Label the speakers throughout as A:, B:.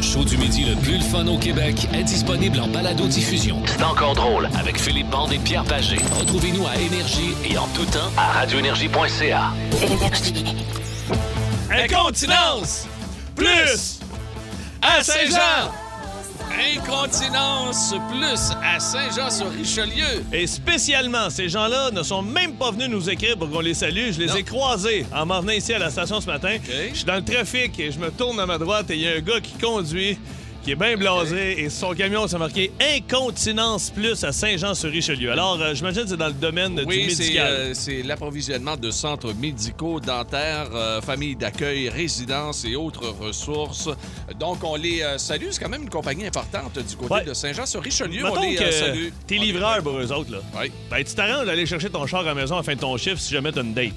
A: show du midi le plus le fun au Québec est disponible en balado-diffusion. C'est encore drôle avec Philippe Bande et Pierre Pagé. Retrouvez-nous à Énergie et en tout temps à radioénergie.ca.
B: Incontinence! Plus! À Saint-Jean! Incontinence plus à Saint-Jean-sur-Richelieu.
C: Et spécialement, ces gens-là ne sont même pas venus nous écrire pour qu'on les salue. Je les
B: Non.
C: ai croisés en m'en venant ici à la station ce matin. Je suis dans le trafic et je me tourne à ma droite et il y a un gars qui conduit, qui est bien blasé et son camion s'est marqué Incontinence Plus à Saint-Jean-sur-Richelieu. Alors, euh, j'imagine que c'est dans le domaine du
B: Oui, c'est
C: médical.
B: euh, c'est l'approvisionnement de centres médicaux, dentaires, euh, familles d'accueil, résidences et autres ressources. Donc, on les euh, salue. C'est quand même une compagnie importante du côté
C: Ouais.
B: de Saint-Jean-sur-Richelieu.
C: Mettons
B: On les
C: que
B: euh, salue.
C: t'es livreur pour eux autres, là.
B: Oui.
C: Ben, tu t'arranges d'aller chercher ton char à la maison à la fin de ton chiffre si jamais t'as une date.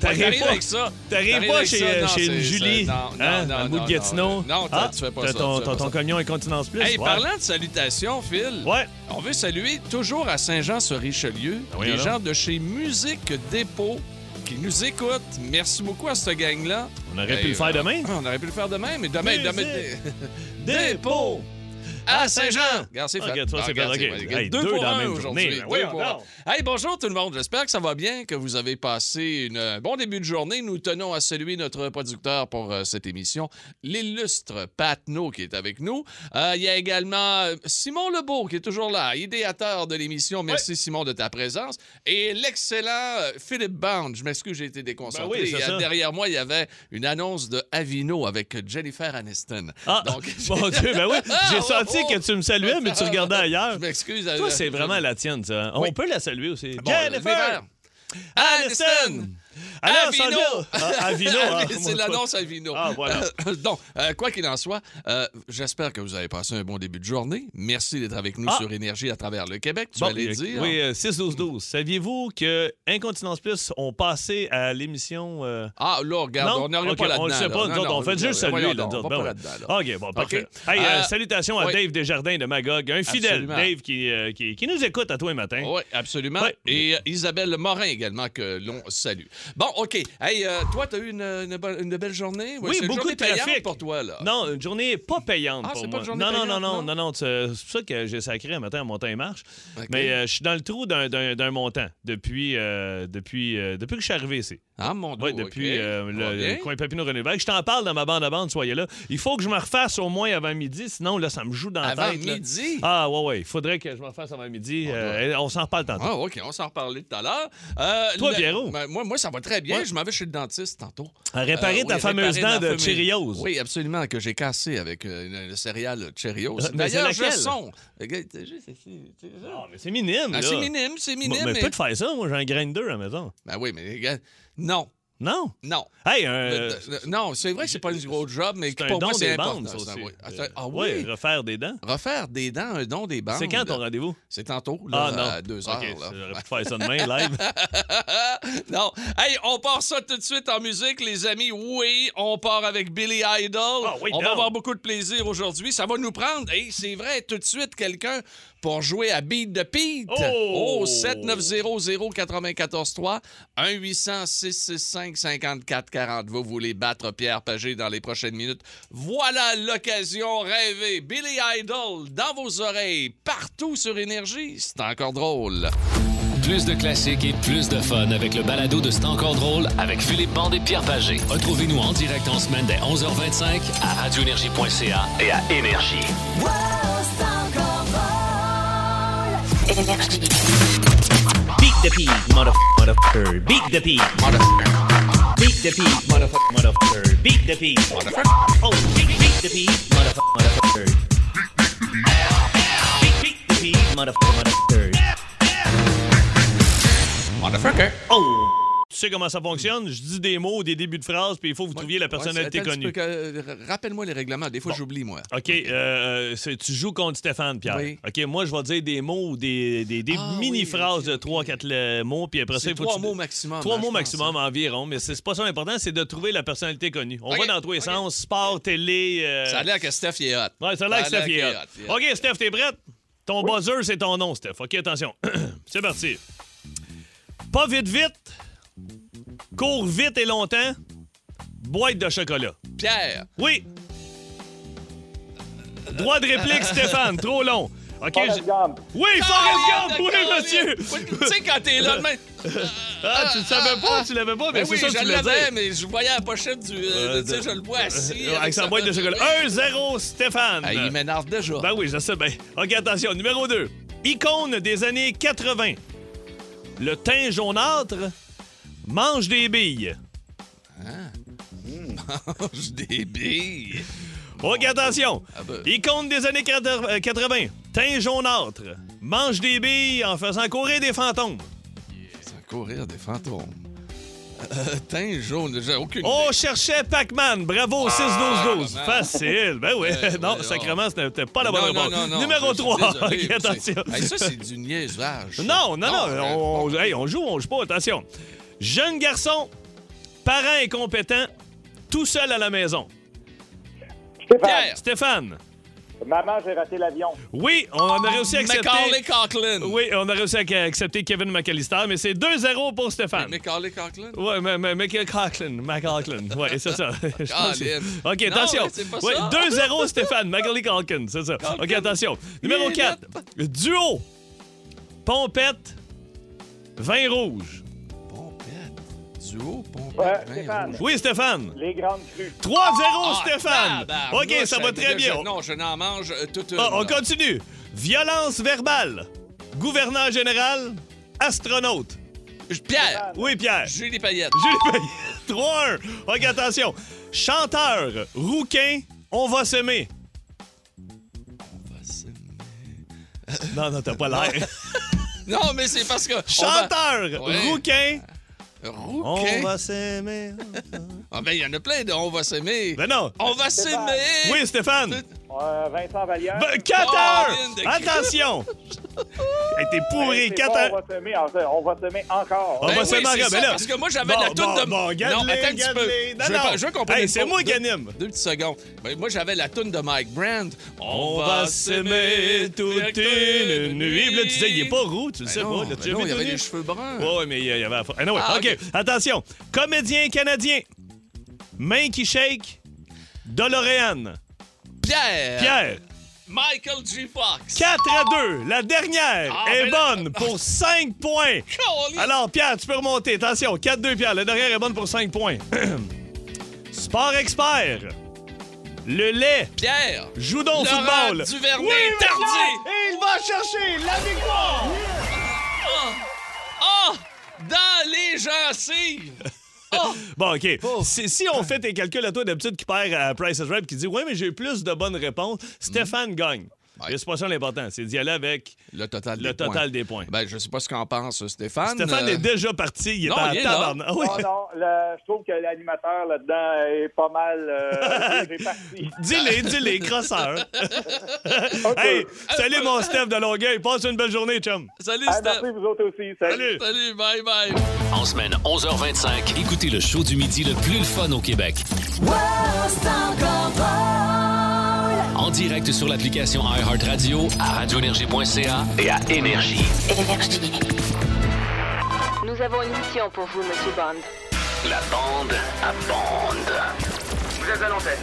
B: T'arrives avec ça.
C: T'arrives pas
B: avec
C: chez,
B: ça.
C: euh,
B: Non,
C: chez
B: c'est-
C: Julie,
B: c'est-
C: hein,
B: non, non,
C: dans le bout
B: non,
C: de Gatineau.
B: non. Non, t'as-
C: Ah,
B: tu fais pas
C: t'as
B: ça, tu
C: ton,
B: fais
C: ton-
B: pas
C: ton
B: ça.
C: camion Incontinence Plus.
B: Hey,
C: ouais.
B: parlant de salutations, Phil.
C: Ouais.
B: On veut saluer toujours à Saint-Jean-sur-Richelieu
C: Ah oui,
B: les
C: alors?
B: gens de chez Musique Dépôt qui nous écoutent. Merci beaucoup à ce gang-là. Ah,
C: On aurait pu le faire demain.
B: On aurait pu le faire demain, mais demain, demain.
C: Musique
B: Dépôt à Saint-Jean. Regarde, c'est
C: Ok,
B: fait.
C: tu vois,
B: Ah,
C: c'est
B: regarde,
C: fait, ok.
B: c'est fait.
C: Hey,
B: deux,
C: deux
B: pour
C: dans la
B: un
C: même
B: aujourd'hui.
C: journée. Ben
B: Deux
C: voyons
B: pour un.
C: donc.
B: Hey, bonjour tout le monde. J'espère que ça va bien, que vous avez passé une- un bon début de journée. Nous tenons à saluer notre producteur pour euh, cette émission, l'illustre Patno qui est avec nous. Euh, Il y a également euh, Simon Lebeau qui est toujours là, idéateur de l'émission. Merci Simon de ta présence. Et l'excellent euh, Philippe Bound. Je m'excuse, j'ai été déconcentré.
C: Ben oui, c'est
B: Il y a-
C: ça.
B: derrière moi, il y avait une annonce de Avino avec Jennifer Aniston.
C: Ah,
B: Donc-
C: mon Dieu, ben oui. J'ai
B: Oh,
C: senti
B: oh.
C: que tu me saluais, mais tu regardais ailleurs.
B: Je m'excuse.
C: Toi,
B: euh,
C: c'est
B: je-
C: vraiment la tienne, ça. On
B: Oui.
C: peut la saluer aussi.
B: Bon,
C: Jennifer! Aniston! Alors,
B: Avino!
C: Sandra! Ah, Avino, hein,
B: C'est
C: mon
B: l'annonce à Vino.
C: Ah, voilà.
B: Donc, euh, quoi qu'il en soit, euh, j'espère que vous avez passé un bon début de journée. Merci d'être avec nous
C: Ah.
B: sur Énergie à travers le Québec. Tu
C: Bon,
B: allais
C: euh,
B: dire.
C: Oui, 6-12-12. Saviez-vous que Incontinence Plus ont passé à l'émission. euh,
B: Ah, là, regarde,
C: Non?
B: on n'aurait
C: Ok,
B: pas là-dedans.
C: On le sait
B: là.
C: pas, nous
B: Non,
C: autres,
B: non,
C: on fait
B: non,
C: juste
B: voyons
C: saluer.
B: donc,
C: nous
B: on va
C: autres,
B: pas
C: ben
B: là-dedans,
C: ouais.
B: là.
C: OK, bon, parfait. Hey,
B: Euh,
C: euh, salutations à
B: oui.
C: Dave Desjardins de Magog, un fidèle
B: Absolument.
C: Dave qui, euh, qui, qui nous écoute à toi et matin.
B: Oui, absolument.
C: hein. Ouais.
B: Et euh, Isabelle Morin également, que l'on salue. Bon, OK. Hey, euh, toi, t'as eu une, une bo- une belle journée? Ouais,
C: Oui,
B: c'est une
C: beaucoup
B: journée
C: de trafic.
B: payante pour toi, là.
C: Non, une journée pas payante
B: Ah,
C: pour
B: c'est pas
C: moi.
B: une journée
C: non, non,
B: payante,
C: non, non,
B: non?
C: non, non, c'est c'est pour ça que j'ai sacré un matin à montant et marche.
B: OK.
C: Mais euh, je suis dans le trou d'un- d'un d'un montant depuis, euh, depuis, euh, depuis que je suis arrivé ici.
B: Ah, mon Dieu.
C: Oui, depuis
B: OK.
C: euh,
B: Ah,
C: le,
B: bien.
C: le coin Papineau René Lévesque. Je t'en parle dans ma bande à bande, soyez là. Il faut que je me refasse au moins avant midi, sinon là, ça me joue dans la
B: Avant
C: tête. là.
B: midi? Oh,
C: Ah ouais, ouais. Il faudrait que je me refasse avant midi. Euh, on s'en reparle tantôt.
B: Ah, OK, on s'en reparlait tout à l'heure. Euh,
C: Toi,
B: le-
C: Pierrot?
B: Ben, moi, moi, ça va très bien.
C: Ouais.
B: Je m'en vais chez le dentiste tantôt.
C: À réparer
B: Euh,
C: ta
B: oui,
C: fameuse
B: réparer
C: dent
B: ma
C: de
B: fameuse-
C: Cheerios.
B: Oui, absolument, que j'ai cassé avec euh, le- le céréale Cheerios.
C: Euh, mais c'est
B: D'ailleurs, je Euh,
C: laquelle?
B: son. Regarde, c'est juste ici, c'est ça.
C: Ah, mais c'est minime,
B: Ah,
C: là.
B: c'est minime, c'est
C: Bon,
B: minime.
C: mais
B: mais-
C: peut te faire ça, moi, j'ai un grain de deux à la maison.
B: Ben oui, mais regarde, non,
C: Non?
B: non.
C: Hey, un...
B: Le- le- non, c'est vrai que c'est pas un gros job, mais
C: Euh, C'est un
B: pour
C: don
B: moi, c'est
C: des
B: important.
C: bandes, ça
B: ça,
C: aussi.
B: oui. Ah,
C: Euh,
B: c'est- ah
C: ouais,
B: oui?
C: refaire des dents.
B: Refaire des dents, un don des bandes.
C: C'est quand ton rendez-vous?
B: C'est tantôt, là,
C: Ah non.
B: à deux heures.
C: OK,
B: là.
C: J'aurais pu faire ça demain, live.
B: non. Hey, on part ça tout de suite en musique, les amis. Oui, on part avec Billy Idol.
C: Ah oui,
B: on va
C: donc.
B: avoir beaucoup de plaisir aujourd'hui. Ça va nous prendre, et c'est vrai, tout de suite, quelqu'un pour jouer à Beat the Pete.
C: Oh!
B: 7900-943, 1-800-665-5440. Vous voulez battre Pierre Pagé dans les prochaines minutes. Voilà l'occasion rêvée. Billy Idol dans vos oreilles, partout sur Énergie. C'est encore drôle.
A: Plus de classiques et plus de fun avec le balado de C'est encore drôle avec Philippe Bande et Pierre Pagé. Retrouvez-nous en direct en semaine dès 11h25 à radioénergie.ca et à Énergie.
D: Beat the pig, motherf- motherfucker. Beat the pig. Beat the pig, motherfucker. Motherfucker. Beat the pig. Oh, beat, beat the pig, motherfucker. Motherfucker. Beat, beat the pig, motherfucker. Motherfucker.
B: Motherfucker.
D: Oh.
C: tu sais comment ça fonctionne? Je dis des mots, des débuts de phrases, puis il faut que vous trouviez la personnalité
B: Ouais, attends un
C: connue.
B: petit peu que- euh, Rappelle-moi les règlements. Des fois, j'oublie, moi.
C: OK, euh, c'est- tu joues contre Stéphane, Pierre.
B: Oui.
C: OK, moi, je vais dire des mots ou des, des, des
B: Ah,
C: mini-phrases
B: oui, ok,
C: de 3
B: ok.
C: 4 mots, puis après ça,
B: C'est
C: il faut...
B: trois
C: que tu-
B: mots maximum,
C: Trois
B: hein, je
C: mots
B: pense,
C: maximum environ, mais c'est c'est pas ça l'important, c'est de trouver la personnalité connue. On
B: Ok,
C: va dans tous les
B: ok.
C: sens, sport, télé... euh,
B: Ça a l'air que Steph il est hot.
C: Ouais, ça a l'air que Steph
B: qu'il
C: est hot.
B: il est
C: OK, Steph, t'es prête? Ton buzzer, c'est ton nom, Steph. OK, attention. c'est parti. Pas vite, vite. Cours vite et longtemps. Boîte de chocolat.
B: Pierre,
C: Oui. Droit de réplique, Stéphane. Trop long. OK.
E: Forrest
C: j'ai-
E: Gump.
C: Oui,
B: Ah,
C: Forrest Gump. Oui,
B: Colin.
C: monsieur.
B: Tu sais, quand t'es là demain.
C: Ah, tu le savais pas, tu l'avais pas, mais
B: Ben
C: c'est
B: oui,
C: ça que
B: je
C: tu voulais
B: l'avais,
C: dire.
B: mais je voyais la pochette du. euh,
C: Euh,
B: tu sais,
C: de-
B: je le vois assis.
C: Avec sa boîte de chocolat. 1-0, Stéphane.
B: Ah, il m'énerve déjà.
C: Ben oui, je sais bien. OK, attention. Numéro 2. Icône des années 80. Le teint jaunâtre mange des billes. Bah.
B: mange des billes.
C: OK, attention.
B: Ah ben.
C: Icône des années 80. euh, 80. Teint jaunâtre mange des billes en faisant courir des fantômes.
B: Ça courir des fantômes. Euh, teint jaune, j'ai aucune
C: On
B: idée.
C: cherchait Pac-Man.
B: Ah,
C: Bravo, 6-12-12.
B: Pac-Man.
C: Facile. Ben oui.
B: Euh,
C: non,
B: ouais,
C: sacrément, ce n'était pas la bonne
B: Non, non,
C: réponse.
B: non, non,
C: Numéro
B: je suis
C: 3.
B: désolé,
C: OK,
B: mais c'est-
C: attention.
B: Hey, ça, c'est du niaisage.
C: Non, non, non.
B: euh,
C: on,
B: bon.
C: on- hey, on joue, on joue pas. Attention. Jeune garçon, parent incompétent, tout seul à la maison.
E: Stéphane,
B: Pierre.
C: Stéphane.
E: maman, j'ai raté l'avion. Euh,
C: Oui, on a réussi à accepter.
B: Macaulay Conklin.
C: Oui, on a réussi à ca- accepter Kevin McAllister, mais c'est 2-0 pour Stéphane.
B: Macaulay Conklin.
C: Ouais, mais, mais, mais Coughlin, McCoughlin. Ouais, c'est ça. Je pense que-
B: Colin.
C: OK,
B: Non,
C: attention.
B: ouais, c'est pas
C: Ouais,
B: ça.
C: 2-0 Stéphane, Macaulay Culkin, c'est ça. OK, attention. Numéro
B: Mais
C: 4. Duo. Pompette. Vin rouge.
B: Pompette. Duo, pompette.
E: Ouais,
C: Ben,
F: ben,
B: vin
E: Stéphane.
B: rouge.
C: Oui, Stéphane.
E: Les grandes crues.
C: 3-0
B: Ah,
C: Oh, Stéphane.
B: tabarnouche,
C: OK, ça va très
B: je-
C: bien.
B: non, je n'en mange euh, toute une.
C: Ah, on
B: là.
C: continue. Violence verbale. Gouverneur général. Astronaute.
B: Pierre.
C: Oui, Pierre.
B: Julie Payette.
C: Jules Payette. 3-1. OK, attention. Chanteur, rouquin, on va semer. Non, non, t'as pas l'air.
B: Non, mais c'est parce que. on va-
C: Chanteur,
B: Ouais.
C: rouquin,
B: Rouquin.
C: s'aimer.
B: Ah, ben, il y en a plein de On va s'aimer.
C: Ben non.
B: On va s'aimer.
C: Oui, Stéphane.
E: Euh, Vincent Vallière.
B: Oh,
C: Ben,
B: Lynn de
C: 4 heures.
B: Christ.
C: Attention. hey, T'es pourri.
E: C'est
C: 4
E: pas,
C: heures.
E: on va semer, on va semer encore.
C: On
B: Ben
C: va
B: oui,
C: se marrer.
B: c'est
C: Ben
B: ça,
C: là.
B: parce que moi, j'avais la toute
C: bon,
B: de-
C: Bon,
B: Non,
C: garde-les,
B: attends un petit peu.
C: garde-les. Non,
B: Je veux
C: non.
B: pas- je veux qu'on prenne
C: Hey,
B: une
C: c'est
B: pause.
C: moi qui anime.
B: Deux petites secondes. Ben, moi, j'avais la toune de Mike Brand.
C: On va s'aimer toute une nuit. Là, tu disais, il est pas roux, tu le
B: Ben
C: sais
B: non,
C: pas. Là,
B: ben
C: tu
B: non,
C: l'as
B: il
C: vu
B: avait
C: tout
B: les
C: nu.
B: cheveux bruns.
C: Ouais, ouais, mais il y avait la fois. Anyway,
B: Ah,
C: OK. Attention. Comédien canadien. Main qui shake. Doloréane.
B: Pierre.
C: Pierre.
B: Euh. Michael G. Fox.
C: 4 à 2. La dernière
B: Ah,
C: est
B: ben là-
C: bonne pour 5 points.
B: Colin.
C: Alors, Pierre, tu peux remonter. Attention, 4-2, Pierre. La dernière est bonne pour 5 points. Sport expert. Le lait.
B: Pierre.
C: Joue donc au
B: Laurent
C: football.
B: Duvernay,
C: oui,
B: Tardy.
C: Laurent! Et il va chercher la victoire.
B: Ah! Dans les gencives. Ah!
C: Bon, OK. Si, si on fait tes calculs à toi d'habitude qui perd à Price is Right, qui dit Ouais, mais j'ai plus de bonnes réponses, Stéphane gagne.
B: Hmm. Ouais.
C: Mais C'est pas ça l'important. C'est d'y aller avec
B: Le total
C: le
B: des points.
C: total des points.
B: Ben, je sais pas ce qu'en pense Stéphane.
C: Stéphane
B: Euh,
C: est déjà parti. Il est
B: non,
C: en
B: il est là.
C: tabarnak. Ah oui.
E: Oh non, le- je trouve que l'animateur là-dedans est pas mal euh, réparti.
C: Dis-les, dis-les, crosseurs.
E: Ok.
C: hey, salut mon Steph de Longueuil. Passe une belle journée, chum.
B: Salut,
E: Ah,
B: Steph.
E: merci vous autres aussi.
C: Salut.
B: Salut, bye bye.
A: En semaine 11h25, écoutez le show du midi le plus le fun au Québec. En direct sur l'application iHeartRadio, à radioénergie.ca et à Énergie.
G: Nous avons une mission pour vous, Monsieur Bond.
A: La bande à bande.
H: Vous êtes à l'antenne.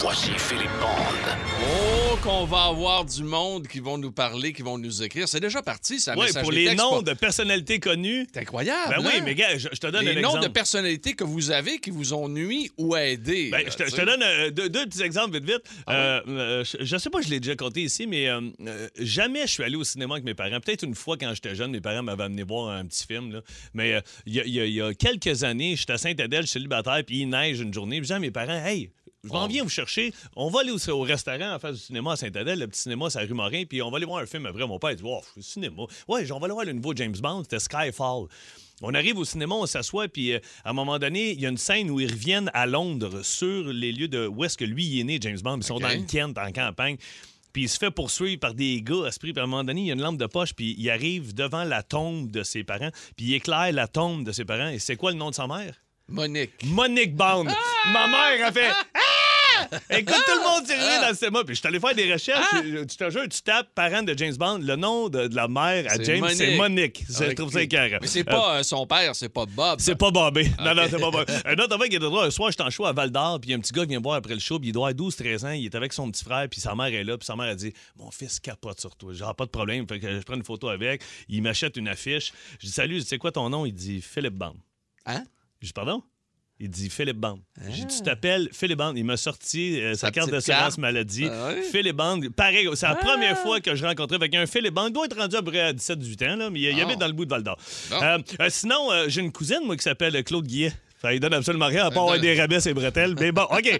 A: Voici Philippe Bande.
B: Oh, qu'on va avoir du monde qui vont nous parler, qui vont nous écrire. C'est déjà parti, ça.
C: Oui,
B: message
C: pour
B: des
C: les
B: textes,
C: noms
B: pas-
C: de personnalités connues.
B: C'est incroyable.
C: Ben oui,
B: hein?
C: mais gars, je, je te donne
B: Les
C: un
B: noms
C: exemple.
B: de personnalités que vous avez qui vous ont nui ou aidé.
C: Ben,
B: là,
C: je, te, je
B: tu
C: te
B: sais. Ah
C: donne euh, deux, deux petits exemples vite vite. Euh, euh, je, je sais pas, je l'ai déjà compté ici, mais euh, euh, jamais je suis allé au cinéma avec mes parents. Peut-être une fois quand j'étais jeune, mes parents m'avaient amené voir un petit film. là. Mais euh, il y, a- il y a- il y a quelques années, j'étais à Saint-Adèle, je suis célibataire, puis il neige une journée. Puis je dis à mes parents, hey, je m'en viens vous chercher. On va aller au, au restaurant en face du cinéma à Saint-Adèle, le petit cinéma, c'est à la rue Morin, puis on va aller voir un film après. Mon père il dit, oh, pff, cinéma. Ouais, on va aller voir le nouveau James Bond, c'était Skyfall. On arrive au cinéma, on s'assoit, puis euh, à un moment donné, il y a une scène où ils reviennent à Londres sur les lieux de où est-ce que lui il est né, James Bond. Ils sont
B: OK.
C: dans le Kent, en campagne. Puis il se fait poursuivre par des gars à ce prix. Puis à un moment donné, il y a une lampe de poche, puis il arrive devant la tombe de ses parents, puis il éclaire la tombe de ses parents. Et c'est quoi le nom de sa mère?
B: Monique. Ah!
C: Monique Bond. Ma mère a fait Ah! Écoute, tout le monde dit rien dans le cinéma. Puis je suis allé faire des recherches.
B: Ah!
C: Je- Tu te jure, tu tapes parent de James Bond. Le nom de, de la mère à
B: C'est
C: James, c'est Monique. Je
B: Ok.
C: trouve ça écœurant.
B: Mais c'est
C: Euh,
B: pas euh, son père, c'est pas Bob.
C: c'est pas Bobé. Non, non, c'est pas Bobé. Un autre avant qui était drôle, un soir, j'étais en show à Val d'Or, puis un petit gars vient me voir après le show, puis il doit avoir 12, 13 ans, il est avec son petit frère, puis sa mère est là, puis sa mère a dit Mon fils capote sur toi, genre pas de problème, fait que je prends une photo avec, il m'achète une affiche. Je dis Salut, c'est quoi ton nom Il dit Philippe Band.
B: Hein?
C: Je dis Pardon il dit Philippe Band. J'ai dit, tu t'appelles Philippe Band. Il m'a sorti euh, sa
B: Sa
C: carte
B: petite
C: d'assurance
B: carte.
C: maladie.
B: Ah ouais? Ah!
C: Philippe Band, pareil, c'est la première fois que je rencontrais avec un Philippe Band. Il doit être rendu à peu près à 17-18 ans, là, mais il, il
B: Ah.
C: habite dans le bout de Val d'Or.
B: Bon.
C: Euh, euh, sinon, euh, j'ai une cousine, moi, qui s'appelle euh, Claude Guillet. Ça lui donne absolument rien,
B: Ben
C: à part avoir des rabais et bretelles. Mais bon, OK.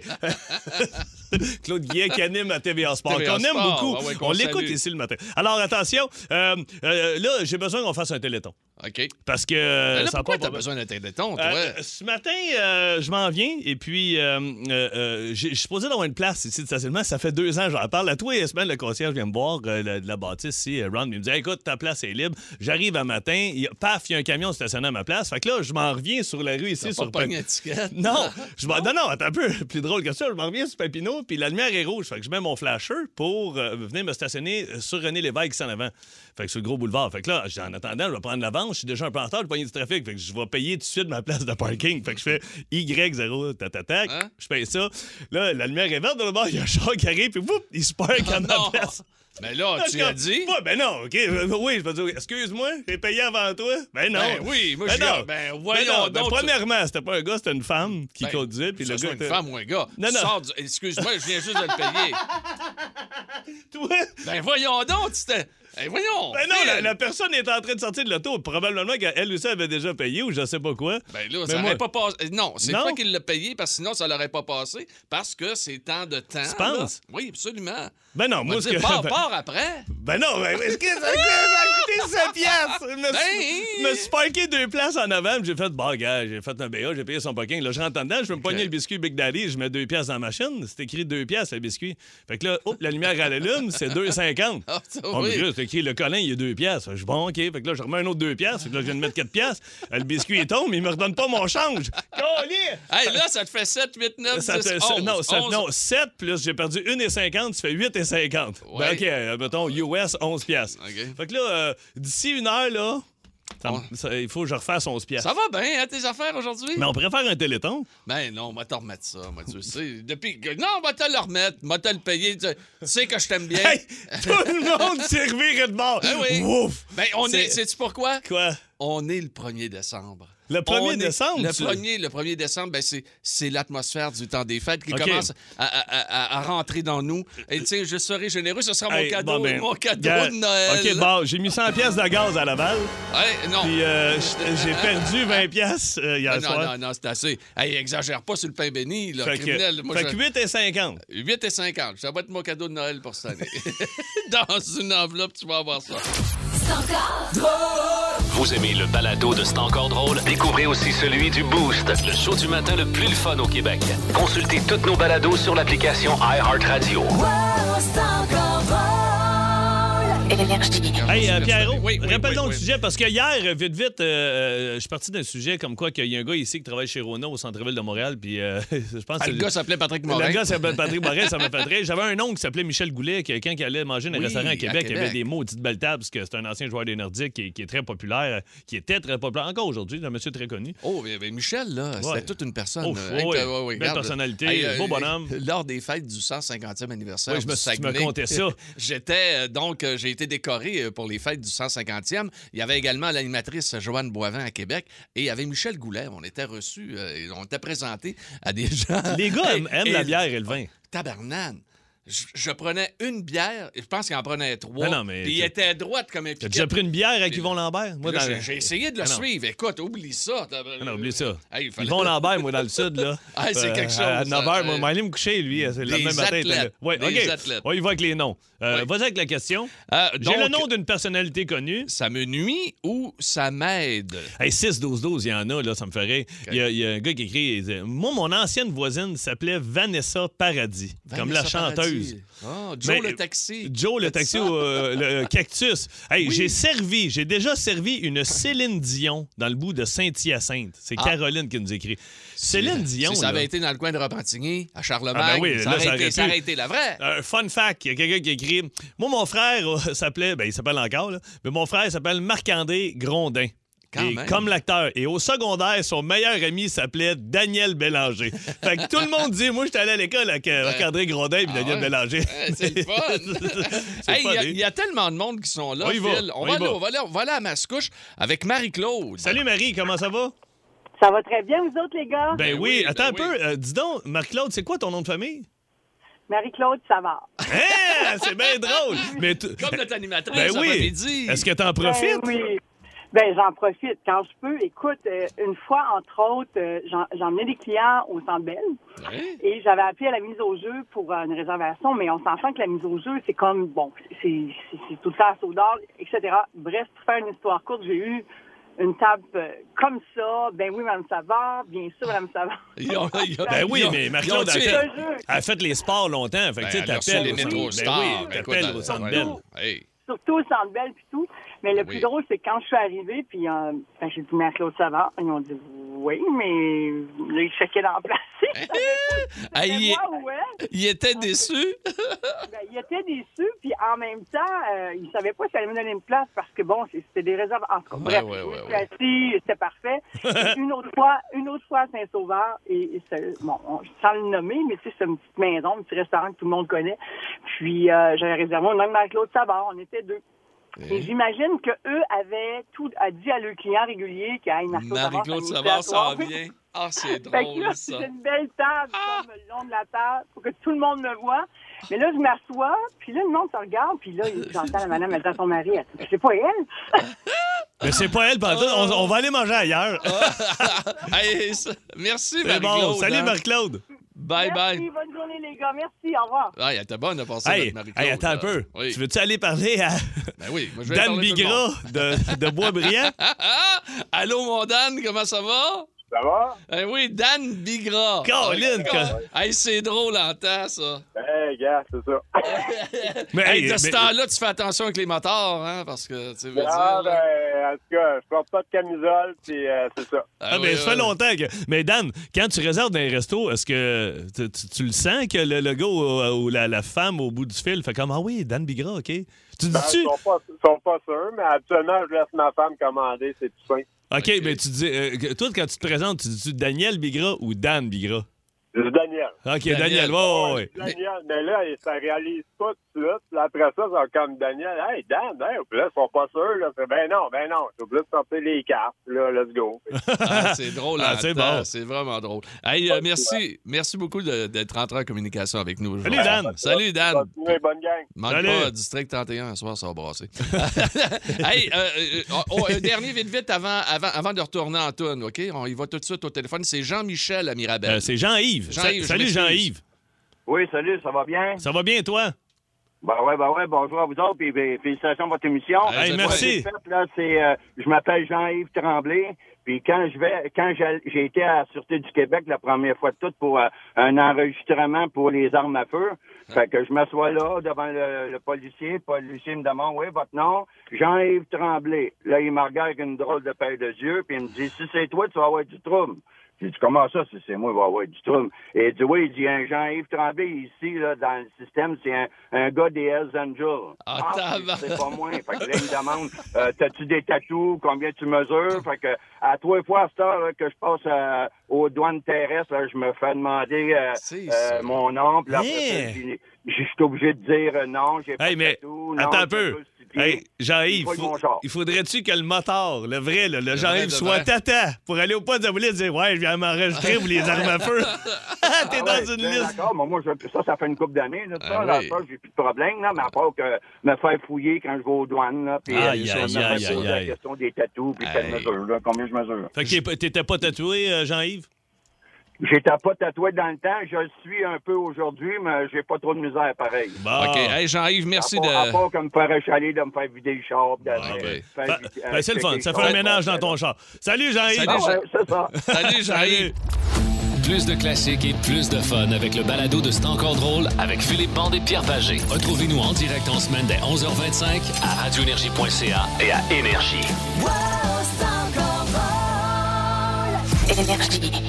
C: Claude Guillet qui anime à TVA Sport,
B: TVA
C: qu'on aime
B: Sport,
C: beaucoup.
B: ah ouais, qu'on
C: on l'écoute
B: salue.
C: ici le matin. Alors, attention, euh, euh, là, j'ai besoin qu'on fasse un téléthon.
B: OK.
C: Parce que euh,
B: Mais Ben là,
C: ça a
B: pourquoi
C: pas-
B: t'as besoin d'un téléthon, toi?
C: euh, ce matin, euh, je m'en viens et puis euh, euh, euh, j'ai- je suis posé d'avoir une place ici de stationnement. Ça fait deux ans, j'en parle. À tous les semaines, le concierge vient me voir euh, le- de la bâtisse ici, euh, Ron, il me dit Écoute, ta place est libre. J'arrive un matin, il y a- paf, il y a un camion stationné à ma place. Fait que là, je m'en reviens sur la rue ici.
B: T'as
C: Sur
B: pas pogné
C: Pin-
B: un ticket?
C: non, je m'en... non, non, attends un peu. Plus drôle que ça, je m'en reviens sur Papineau, puis la lumière est rouge. Fait que je mets mon flasher pour euh, venir me stationner euh, sur René Lévesque ici en avant. Fait que sur le gros boulevard. Fait que là, j'ai- en attendant, je vais prendre l'avance. Je suis déjà un peu en retard, je vais pogner du trafic. Fait que je vais payer tout de suite ma place de parking. Fait que je fais Y0, tatatac.
B: Hein?
C: Je paye ça. Là, la lumière est verte dans le bord, il y a un char qui arrive, puis boum, il se perd
B: Ah,
C: à ma
B: non.
C: place.
B: Mais là,
C: Là, je
B: Ah, tu
C: suis
B: as
C: comme,
B: dit.
C: Ouais, ben non, OK. euh, Oui, je vais dire, excuse-moi, j'ai payé avant toi. Ben non.
B: Ben oui, moi, je suis là, ben voyons
C: non, ben
B: donc, tu-
C: premièrement, c'était pas un gars, c'était une femme qui
B: Ben,
C: conduisait.
B: Que
C: Puis
B: ce
C: le gars.
B: soit une
C: était-
B: femme ou un gars.
C: Non,
B: tu
C: non.
B: sors du- Excuse-moi, je viens juste de le payer.
C: Toi?
B: Ben voyons donc, tu t'es. Ben voyons!
C: Ben non, la,
B: Phil.
C: la personne était en train de sortir de l'auto. Probablement qu'elle aussi avait déjà payé ou je sais pas quoi.
B: Ben là,
C: Mais
B: ça
C: moi-
B: n'aurait pas passé. Non, c'est
C: Non?
B: toi qui l'as payé, parce que sinon, ça l'aurait pas passé, parce que c'est tant de temps.
C: Tu penses?
B: là. Oui, absolument.
C: Ben non,
B: On va
C: moi, ce
B: dire,
C: que-
B: pars, pars après.
C: Ben non, ben, est-ce que ça m'a coûté 7 piastres? Je me suis-
B: Ben!
C: je me suis parké deux places en avant, puis j'ai fait, bah, gars, j'ai fait un BA, j'ai payé son parking. Là, je rentre en dedans, je vais me pogner le biscuit Big Daddy, je mets deux piastres dans ma machine. C'est écrit deux piastres, le biscuit. Fait que là, hop, la lumière à la lune, c'est 2,50.
B: Ah, ça,
C: Oh,
B: oui.
C: mais là, c'est écrit le colin, il est deux piastres. Fait que Je suis bon, OK. Fait que là, je remets un autre deux piastres. Fait que là, je viens de mettre quatre piastres. Euh, Le biscuit, il tombe, mais il me redonne pas mon change. Collier!
B: Hey, là, ça te fait 7, 8, 9,
C: Ça
B: 10,
C: te-
B: 11.
C: ça- non, ça-
B: 11.
C: non, 7 plus j'ai perdu 1,50, tu fais 8,50. Ben,
B: Ouais.
C: OK, euh, mettons US 11 piastres.
B: OK.
C: Fait que là, euh, d'ici une heure, là, ça me-
B: Ouais.
C: ça- il faut que je refasse 11 piastres.
B: Ça va bien, hein, tes affaires aujourd'hui?
C: Mais on pourrait faire un téléthon.
B: Ben non, on va te remettre ça, moi, tu le sais. Depuis que... Non, on va te le remettre, on va te le payer. Tu tu sais que je t'aime bien.
C: Hey, tout le monde s'est reviré de bord.
B: Ah oui.
C: Ouf!
B: Ben, on est...
C: C'est-
B: Sais-tu pourquoi?
C: Quoi?
B: On est le 1er décembre.
C: Le 1er
B: On est-
C: décembre,
B: Le
C: tu-
B: 1er, le 1er décembre, ben c'est, c'est l'atmosphère du temps des fêtes qui
C: OK.
B: commence à, à- à- à rentrer dans nous. Et tu sais, je serai généreux, ce sera mon
C: Hey,
B: cadeau,
C: bon, ben,
B: mon cadeau
C: gars,
B: de Noël.
C: OK, bon, j'ai mis 100 piastres de gaz à Laval,
B: Hey, non.
C: puis euh, j'- j'ai perdu 20 piastres euh, hier
B: Ah,
C: soir.
B: non, non, non, c'est assez. Hey, exagère pas sur le pain béni, là,
C: Fait que,
B: criminel. Moi,
C: fait
B: je-
C: que 8 et 50.
B: 8 et 50. Ça va être mon cadeau de Noël pour cette année. Dans une enveloppe, tu vas avoir ça.
A: Vous aimez le balado de C'est encore drôle? Découvrez aussi celui du Boost, le show du matin le plus le fun au Québec. Consultez toutes nos balados sur l'application iHeartRadio.
G: Énergie.
C: Hey, euh, Pierrot,
B: Oui, oui,
C: rappelle
B: oui,
C: donc
B: oui.
C: le sujet, parce que hier, vite, vite, euh, euh, je suis parti d'un sujet comme quoi qu'il y a un gars ici qui travaille chez Rona au centre-ville de Montréal, puis euh, je pense
B: Ah,
C: que
B: le gars s'appelait Patrick Morin.
C: Le gars s'appelait Patrick Morin, ça m'a fait rire. J'avais un oncle qui s'appelait Michel Goulet, qui, quand il allait manger dans un
B: Oui,
C: restaurant à
B: à
C: Québec, il y avait
B: Québec.
C: des maudites belles tables, parce que c'est un ancien joueur des Nordiques qui, qui est très populaire, euh, qui était très populaire encore aujourd'hui, c'est un monsieur très connu.
B: Oh, mais- mais Michel, là,
C: Ouais.
B: c'était toute une personne.
C: Oh,
B: euh,
C: ouais,
B: hey,
C: ouais.
B: t'as- ouais, ouais,
C: Belle
B: regarde, là. euh,
C: personnalité, beau bonhomme.
B: Lors des fêtes du 150e anniversaire,
C: Ouais, je me-
B: du
C: tu me
B: Saguenay,
C: contais ça.
B: J'étais, euh, donc, euh, j'ai été décoré euh, pour les fêtes du 150e. Il y avait également l'animatrice Joanne Boivin à Québec et il y avait Michel Goulet. On était reçus, euh, et on était présentés à des gens.
C: Les gars aiment, aiment
B: Et- Ah,
C: la bière et le vin.
B: tabarnane. Je, je prenais une bière, et je pense qu'il en prenait trois.
C: Ben Non, non, mais
B: puis il
C: t'as-
B: était droite comme un
C: T'as
B: piquet.
C: déjà pris une bière avec
B: Puis-
C: Yvon Lambert? Moi,
B: Là,
C: dans-
B: j'ai, j'ai essayé de le
C: Ah non.
B: suivre. Écoute, oublie ça.
C: Ah non, oublie ça.
B: Hey, il fallait-
C: Yvon Lambert, moi, dans le sud, là. Euh,
B: Ah, c'est quelque chose,
C: À 9
B: ça.
C: h, moi, je vais aller me coucher, lui. euh, C'est le
B: Des
C: même matin. il était là.
B: athlètes.
C: Ouais,
B: Des
C: OK.
B: athlètes.
C: On y va avec les noms. Euh,
B: Ouais.
C: Vas-y avec la question.
B: Euh,
C: J'ai le
B: donc,
C: nom d'une personnalité connue.
B: Ça me nuit ou ça m'aide?
C: Hey, 6-12-12, il y en a, là, ça me ferait. Il y a- il y, a un gars qui écrit il dit, Moi, mon ancienne voisine s'appelait Vanessa Paradis,
B: Vanessa
C: comme la chanteuse excuse.
B: Ah, Joe
C: Mais-
B: le taxi.
C: Joe, le taxi, au, euh, le cactus. Hey, j'ai servi, j'ai déjà servi une Céline Dion dans le bout de Saint-Hyacinthe. C'est
B: Ah.
C: Caroline qui nous écrit. Céline Dion.
B: Si ça avait
C: là,
B: été dans le coin de Repentigny, à Charlemagne,
C: Ah ben oui,
B: ça,
C: là,
B: aurait
C: ça
B: été,
C: aurait
B: ça
C: pu. Ah,
B: aurait été la vraie.
C: Un fun fact, il y a quelqu'un qui écrit Moi, mon frère euh, s'appelait, ben il s'appelle encore, là, mais mon frère s'appelle Marc-André Grondin.
B: Quand
C: Et
B: même.
C: comme l'acteur. Et au secondaire, son meilleur ami s'appelait Daniel Bélanger. fait que tout le monde dit Moi, j'étais allé à l'école avec euh, Marc-André Grondin et
B: Ah
C: Daniel
B: ouais?
C: Bélanger.
B: Eh, c'est le fun.
C: C'est
B: Hey, Il
C: fun,
B: y a-
C: hein?
B: il y, a tellement de monde qui sont là.
C: On y va,
B: Phil. On,
C: on
B: va
C: y
B: aller,
C: va.
B: on va aller- on va aller à Mascouche avec Marie-Claude.
C: Salut Marie, comment ça va?
H: Ça va très bien, vous autres, les gars?
C: Ben,
B: Ben
C: oui,
B: oui, ben
C: attends
B: oui.
C: un peu. euh, dis donc, Marc-Claude, c'est quoi ton nom de famille?
H: Marie-Claude Savard.
C: Hein, c'est bien drôle. Mais tu-
B: Comme notre animatrice,
C: ben
B: ça m'avait
C: oui.
B: dit.
C: Est-ce que t'en profites?
H: Ben oui. Ben, j'en profite quand je peux. Écoute, euh, une fois, entre autres, euh, j'en- j'emmenais des clients au Centre Bell
B: Ouais.
H: et j'avais appelé à la mise au jeu pour euh, une réservation, mais on s'entend que la mise au jeu, c'est comme, bon, c'est c'est- c'est tout le temps à saut d'or, etc. Bref, pour faire une histoire courte, j'ai eu une table euh, comme ça. Ben oui, Mme Savard, bien sûr, Mme Savard.
B: Ils ont- ils ont-
C: Ben oui,
B: ils ont-
C: mais
B: ils ont
C: Marc-Claude,
B: tué-
H: Je
C: attends.
H: te jure.
C: Elle a fait les sports longtemps. Fait que
B: Ben,
C: tu sais,
B: elle a reçu
C: t'appelles.
B: les métros
C: oui,
B: stars.
C: ben oui,
B: Ben, écoute,
C: t'appelles au
B: elle-
C: centre
B: ouais.
C: Bell.
B: Hey.
H: surtout au Centre Bell puis tout. Mais le
B: Oui.
H: plus drôle, c'est quand je suis arrivée, puis euh, ben, j'ai dit mais Claude Savard. Ils ont dit oui, mais là, ils checkaient dans la place. Ils savaient pas.
B: Ah,
H: Mais
B: il est-
H: moi, ouais.
B: Il était déçu.
H: Ben, ils étaient déçus, puis en même temps, euh, ils savaient pas si elle me donner une place parce que bon, c'est- c'était des réserves. En tout cas,
B: Ouais,
H: bref,
B: ouais, ouais,
H: je
B: ouais.
H: suis assise, c'était parfait. Et une autre fois, une autre fois à Saint-Sauveur, et, et c'est- bon, on- sans le nommer, mais tu sais, c'est une petite maison, un petit restaurant que tout le monde connaît. Puis euh, j'avais réservé un nom avec Claude Savard, on était deux.
B: Hein?
H: Et j'imagine que eux avaient tout a dit à leurs clients réguliers qu'il y a une
B: Marie-Claude Savard s'en vient. Ah, c'est
H: Fait que là,
B: drôle, ça. Ah!
H: j'ai une belle table comme le long de la table pour que tout le monde me voit. Mais là, je m'assois, puis là, le monde se regarde, puis là, j'entends la madame, elle dit à son mari, elle dit, c'est pas elle.
C: Mais c'est pas elle, pantoute. On, on va aller manger ailleurs.
B: Hey, ça- Merci,
C: C'est
B: Ah, Marie-Claude.
C: bon. Salut,
B: hein.
C: Marc-Claude.
B: Bye,
H: Merci,
B: bye.
H: bonne journée, les gars. Merci, au revoir.
B: Ah, elle était bonne à passer
C: Hey,
B: notre Marie-Claude.
C: hey, attends un peu.
B: là. Oui.
C: Tu veux-tu aller parler à
B: Ben oui, moi, je vais
C: Dan
B: parler tout le monde.
C: Bigra de, de Boisbriand?
B: Ah, ah! Allô, mon Dan, comment ça va?
E: Ça va?
B: Eh oui, Dan Bigra.
C: Caroline,
B: Ah, Hey, c'est drôle en temps, ça.
E: Ben, gars, c'est ça.
C: Mais,
B: Hey,
C: hey,
B: de ce
C: mais-
B: temps-là, tu fais attention avec les motards, hein, parce que, tu veux dire...
E: Ah,
B: là-
E: ben, en tout cas, je porte pas de camisole, puis euh, c'est ça.
B: Ah,
C: Ah,
B: oui,
C: ben, ça
B: oui.
C: fait longtemps que. Mais Dan, quand tu réserves dans les restos, est-ce que tu, tu- tu le sens que le, le gars ou, ou la, la femme au bout du fil fait comme Ah oui, Dan Bigra, OK? Tu
E: Ben, ils
C: dis-tu?
E: sont pas, ils sont pas sûrs, mais habituellement, je laisse ma femme commander, c'est tout simple.
C: OK, mais tu dis. euh, que- toi, quand tu te présentes, tu dis-tu Daniel Bigra ou Dan Bigra?
E: C'est Daniel.
C: OK,
B: Daniel.
C: Daniel, ouais, ouais, ouais.
E: Daniel, Oh, mais là, ça réalise pas tout de suite. Puis après ça, c'est comme Daniel, hey, Dan, hey, puis là, ils sont pas sûrs. Là. C'est, Ben non, ben non, j'ai oublié de sortir les cartes. Là, let's go.
B: Ah, c'est drôle
C: Ah,
B: en
C: c'est
B: temps,
C: bon.
B: C'est vraiment drôle. Hey, euh, merci, merci beaucoup de- d'être entré en communication avec nous aujourd'hui.
C: Salut, Dan.
B: Salut, Dan.
E: Continuez, bonne gang.
B: Manque
C: Salut.
B: pas, District 31, ce soir, ça va brasser. hey, euh, euh, oh, euh, dernier vite-vite avant, avant, avant de retourner en tourne, OK? On y va tout de suite au téléphone. C'est Jean-Michel à Mirabel.
C: Euh, c'est Jean-Yves. Sa-
B: Jean-Yves, je
C: Salut
B: m'excuse.
C: Jean-Yves.
F: Oui, salut, ça va bien?
C: Ça va bien, toi?
F: Ben ouais, ben ouais, bonjour à vous autres, puis ben, félicitations pour votre émission.
B: Euh,
C: Hey,
B: c'est-
C: merci.
F: En fait, là, c'est, euh, je m'appelle Jean-Yves Tremblay, puis quand je vais, quand j'all- j'ai été à la Sûreté du Québec la première fois de toute pour euh, un enregistrement pour les armes à feu,
B: Hein?
F: fait que je m'assois là devant le, le policier, le policier me demande, oui, votre nom? Jean-Yves Tremblay. Là, il me regarde avec une drôle de paire de yeux, puis il me dit, si c'est toi, tu vas avoir du trouble. J'ai dit, comment ça, si c'est moi, il va avoir du trouble? Et il dit, oui, il dit, un Jean-Yves Tremblay, ici, là, dans le système, c'est un, un gars des Hells Angels.
B: Ah,
F: c'est-
B: tabarnak.
F: c'est pas moi. Fait que là, il me demande, euh, t'as-tu des tatous? Combien tu mesures? Fait que, à trois fois, à cette heure là, que je passe euh, aux douanes terrestres, là, je me fais demander euh,
B: C'est
F: euh,
B: ça.
F: mon nom. Puis là, après ça,
C: Yeah.
F: j'ai- j'ai- je suis obligé de dire euh, non, j'ai pas
C: Hein? Hey,
F: de
C: mais
F: tatou, non,
C: attends un
F: j'ai
C: peu.
F: deux petits pieds.
C: Hey, Jean-Yves,
F: Pas de
C: faut-
F: bon genre.
C: il faudrait-tu que le moteur, le vrai, là, le,
B: Le vrai
C: Jean-Yves,
B: de
C: soit
B: vrai.
C: tata pour aller au poste de police et dire Ouais, je viens m'enregistrer pour les armes à feu. T'es
F: Ah
C: dans
F: ouais,
C: une
F: ben,
C: liste.
F: D'accord, mais moi, je- ça, ça fait une couple d'années. Là,
B: Ah
F: ça, là,
B: oui.
F: ça, j'ai plus de problème, là, mais à part que me faire fouiller quand je vais aux douanes. Là, puis,
C: Aïe,
F: euh,
C: aïe,
F: on me fait
C: aïe,
F: poser
C: aïe,
F: la
C: aïe.
F: question des tatous, puis quelle
B: Aïe.
F: mesure, là, combien je mesure.
C: Fait que t'es pas- t'étais pas tatoué, euh, Jean-Yves?
F: J'étais pas tatoué dans le temps, je le suis un peu aujourd'hui, mais j'ai pas trop de misère pareil.
C: Bon.
B: OK. Hey, Jean-Yves, merci
F: à part,
B: de... Ah,
F: à part que me faire achaler, de me faire vider le char. De,
B: ok.
F: de-
C: Fa-
F: faire vider-
C: ben, c'est le fun.
F: checker
C: Ça
F: le
C: fait un
F: char.
C: ménage dans ton char. Salut, Jean-Yves.
B: Salut,
F: Ah
B: Jean-
F: ouais, c'est ça.
B: Salut, Jean-Yves.
A: Plus de classiques et plus de fun avec le balado de C'est encore drôle avec Philippe Bande et Pierre Pagé. Retrouvez-nous en direct en semaine dès 11h25 à radioénergie.ca et à Énergie.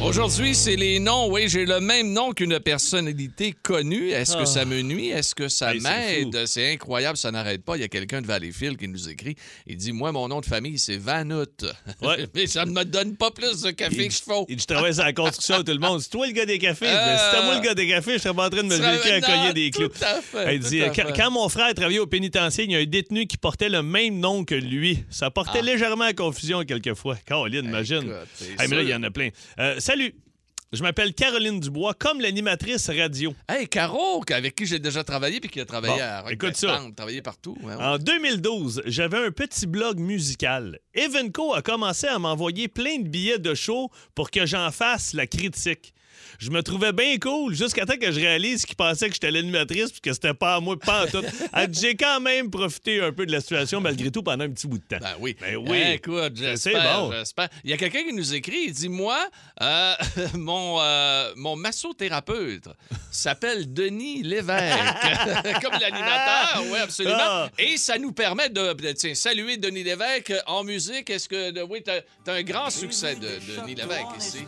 B: Aujourd'hui, c'est les noms. Oui, j'ai le même nom qu'une personnalité connue. Est-ce que ça me nuit? Est-ce que ça
C: Ah. Hey, c'est
B: m'aide? C'est incroyable, ça n'arrête pas. Il y a quelqu'un de Valleyfield qui nous écrit. Il dit Moi, mon nom de famille, c'est Vanout.
C: Ouais.
B: Mais ça ne me donne pas plus de café
C: Il-
B: que je faut.
C: Il dit, je travaille sur la construction, tout le monde. C'est toi le gars des cafés. Je dis,
B: Euh,
C: Si c'était moi le gars des cafés, je serais pas en train de me
B: Tu serais-
C: jeter à
B: non,
C: cogner des
B: tout
C: clous.
B: à fait,
C: il
B: tout
C: dit, euh,
B: à
C: quand,
B: fait.
C: quand mon frère travaillait au pénitencier, il y a un détenu qui portait le même nom que lui. Ça portait légèrement à confusion quelquefois. Caroline, imagine.
B: Ah. écoute, c'est
C: Hey, mais là,
B: sûr.
C: il y en a plein. Euh, salut. Je m'appelle Caroline Dubois, comme l'animatrice radio.
B: Hey, Caro, avec qui j'ai déjà travaillé puis qui a travaillé
C: Bon,
B: à Rock
C: écoute ça. Ah,
B: Bastante, travaillé partout. hein, Ouais, ouais.
C: En 2012, j'avais un petit blog musical. Evenco a commencé à m'envoyer plein de billets de show pour que j'en fasse la critique. Je me trouvais bien cool jusqu'à temps que je réalise qu'ils pensaient que j'étais l'animatrice puis que c'était pas à moi, pas en tout. Elle dit, J'ai quand même profité un peu de la situation malgré tout pendant un petit bout de temps.
B: Ben oui.
C: Ben oui.
B: Eh, Écoute, j'espère.
C: bon.
B: j'espère. Il y a quelqu'un qui nous écrit, il dit Moi, euh, mon, euh, mon massothérapeute s'appelle Denis Lévesque. Comme l'animateur, oui, absolument.
C: Ah.
B: Et ça nous permet de, de- tiens, saluer Denis Lévesque en musique. Est-ce que, de- oui, t'as t'as un grand succès de Denis Lévesque ici.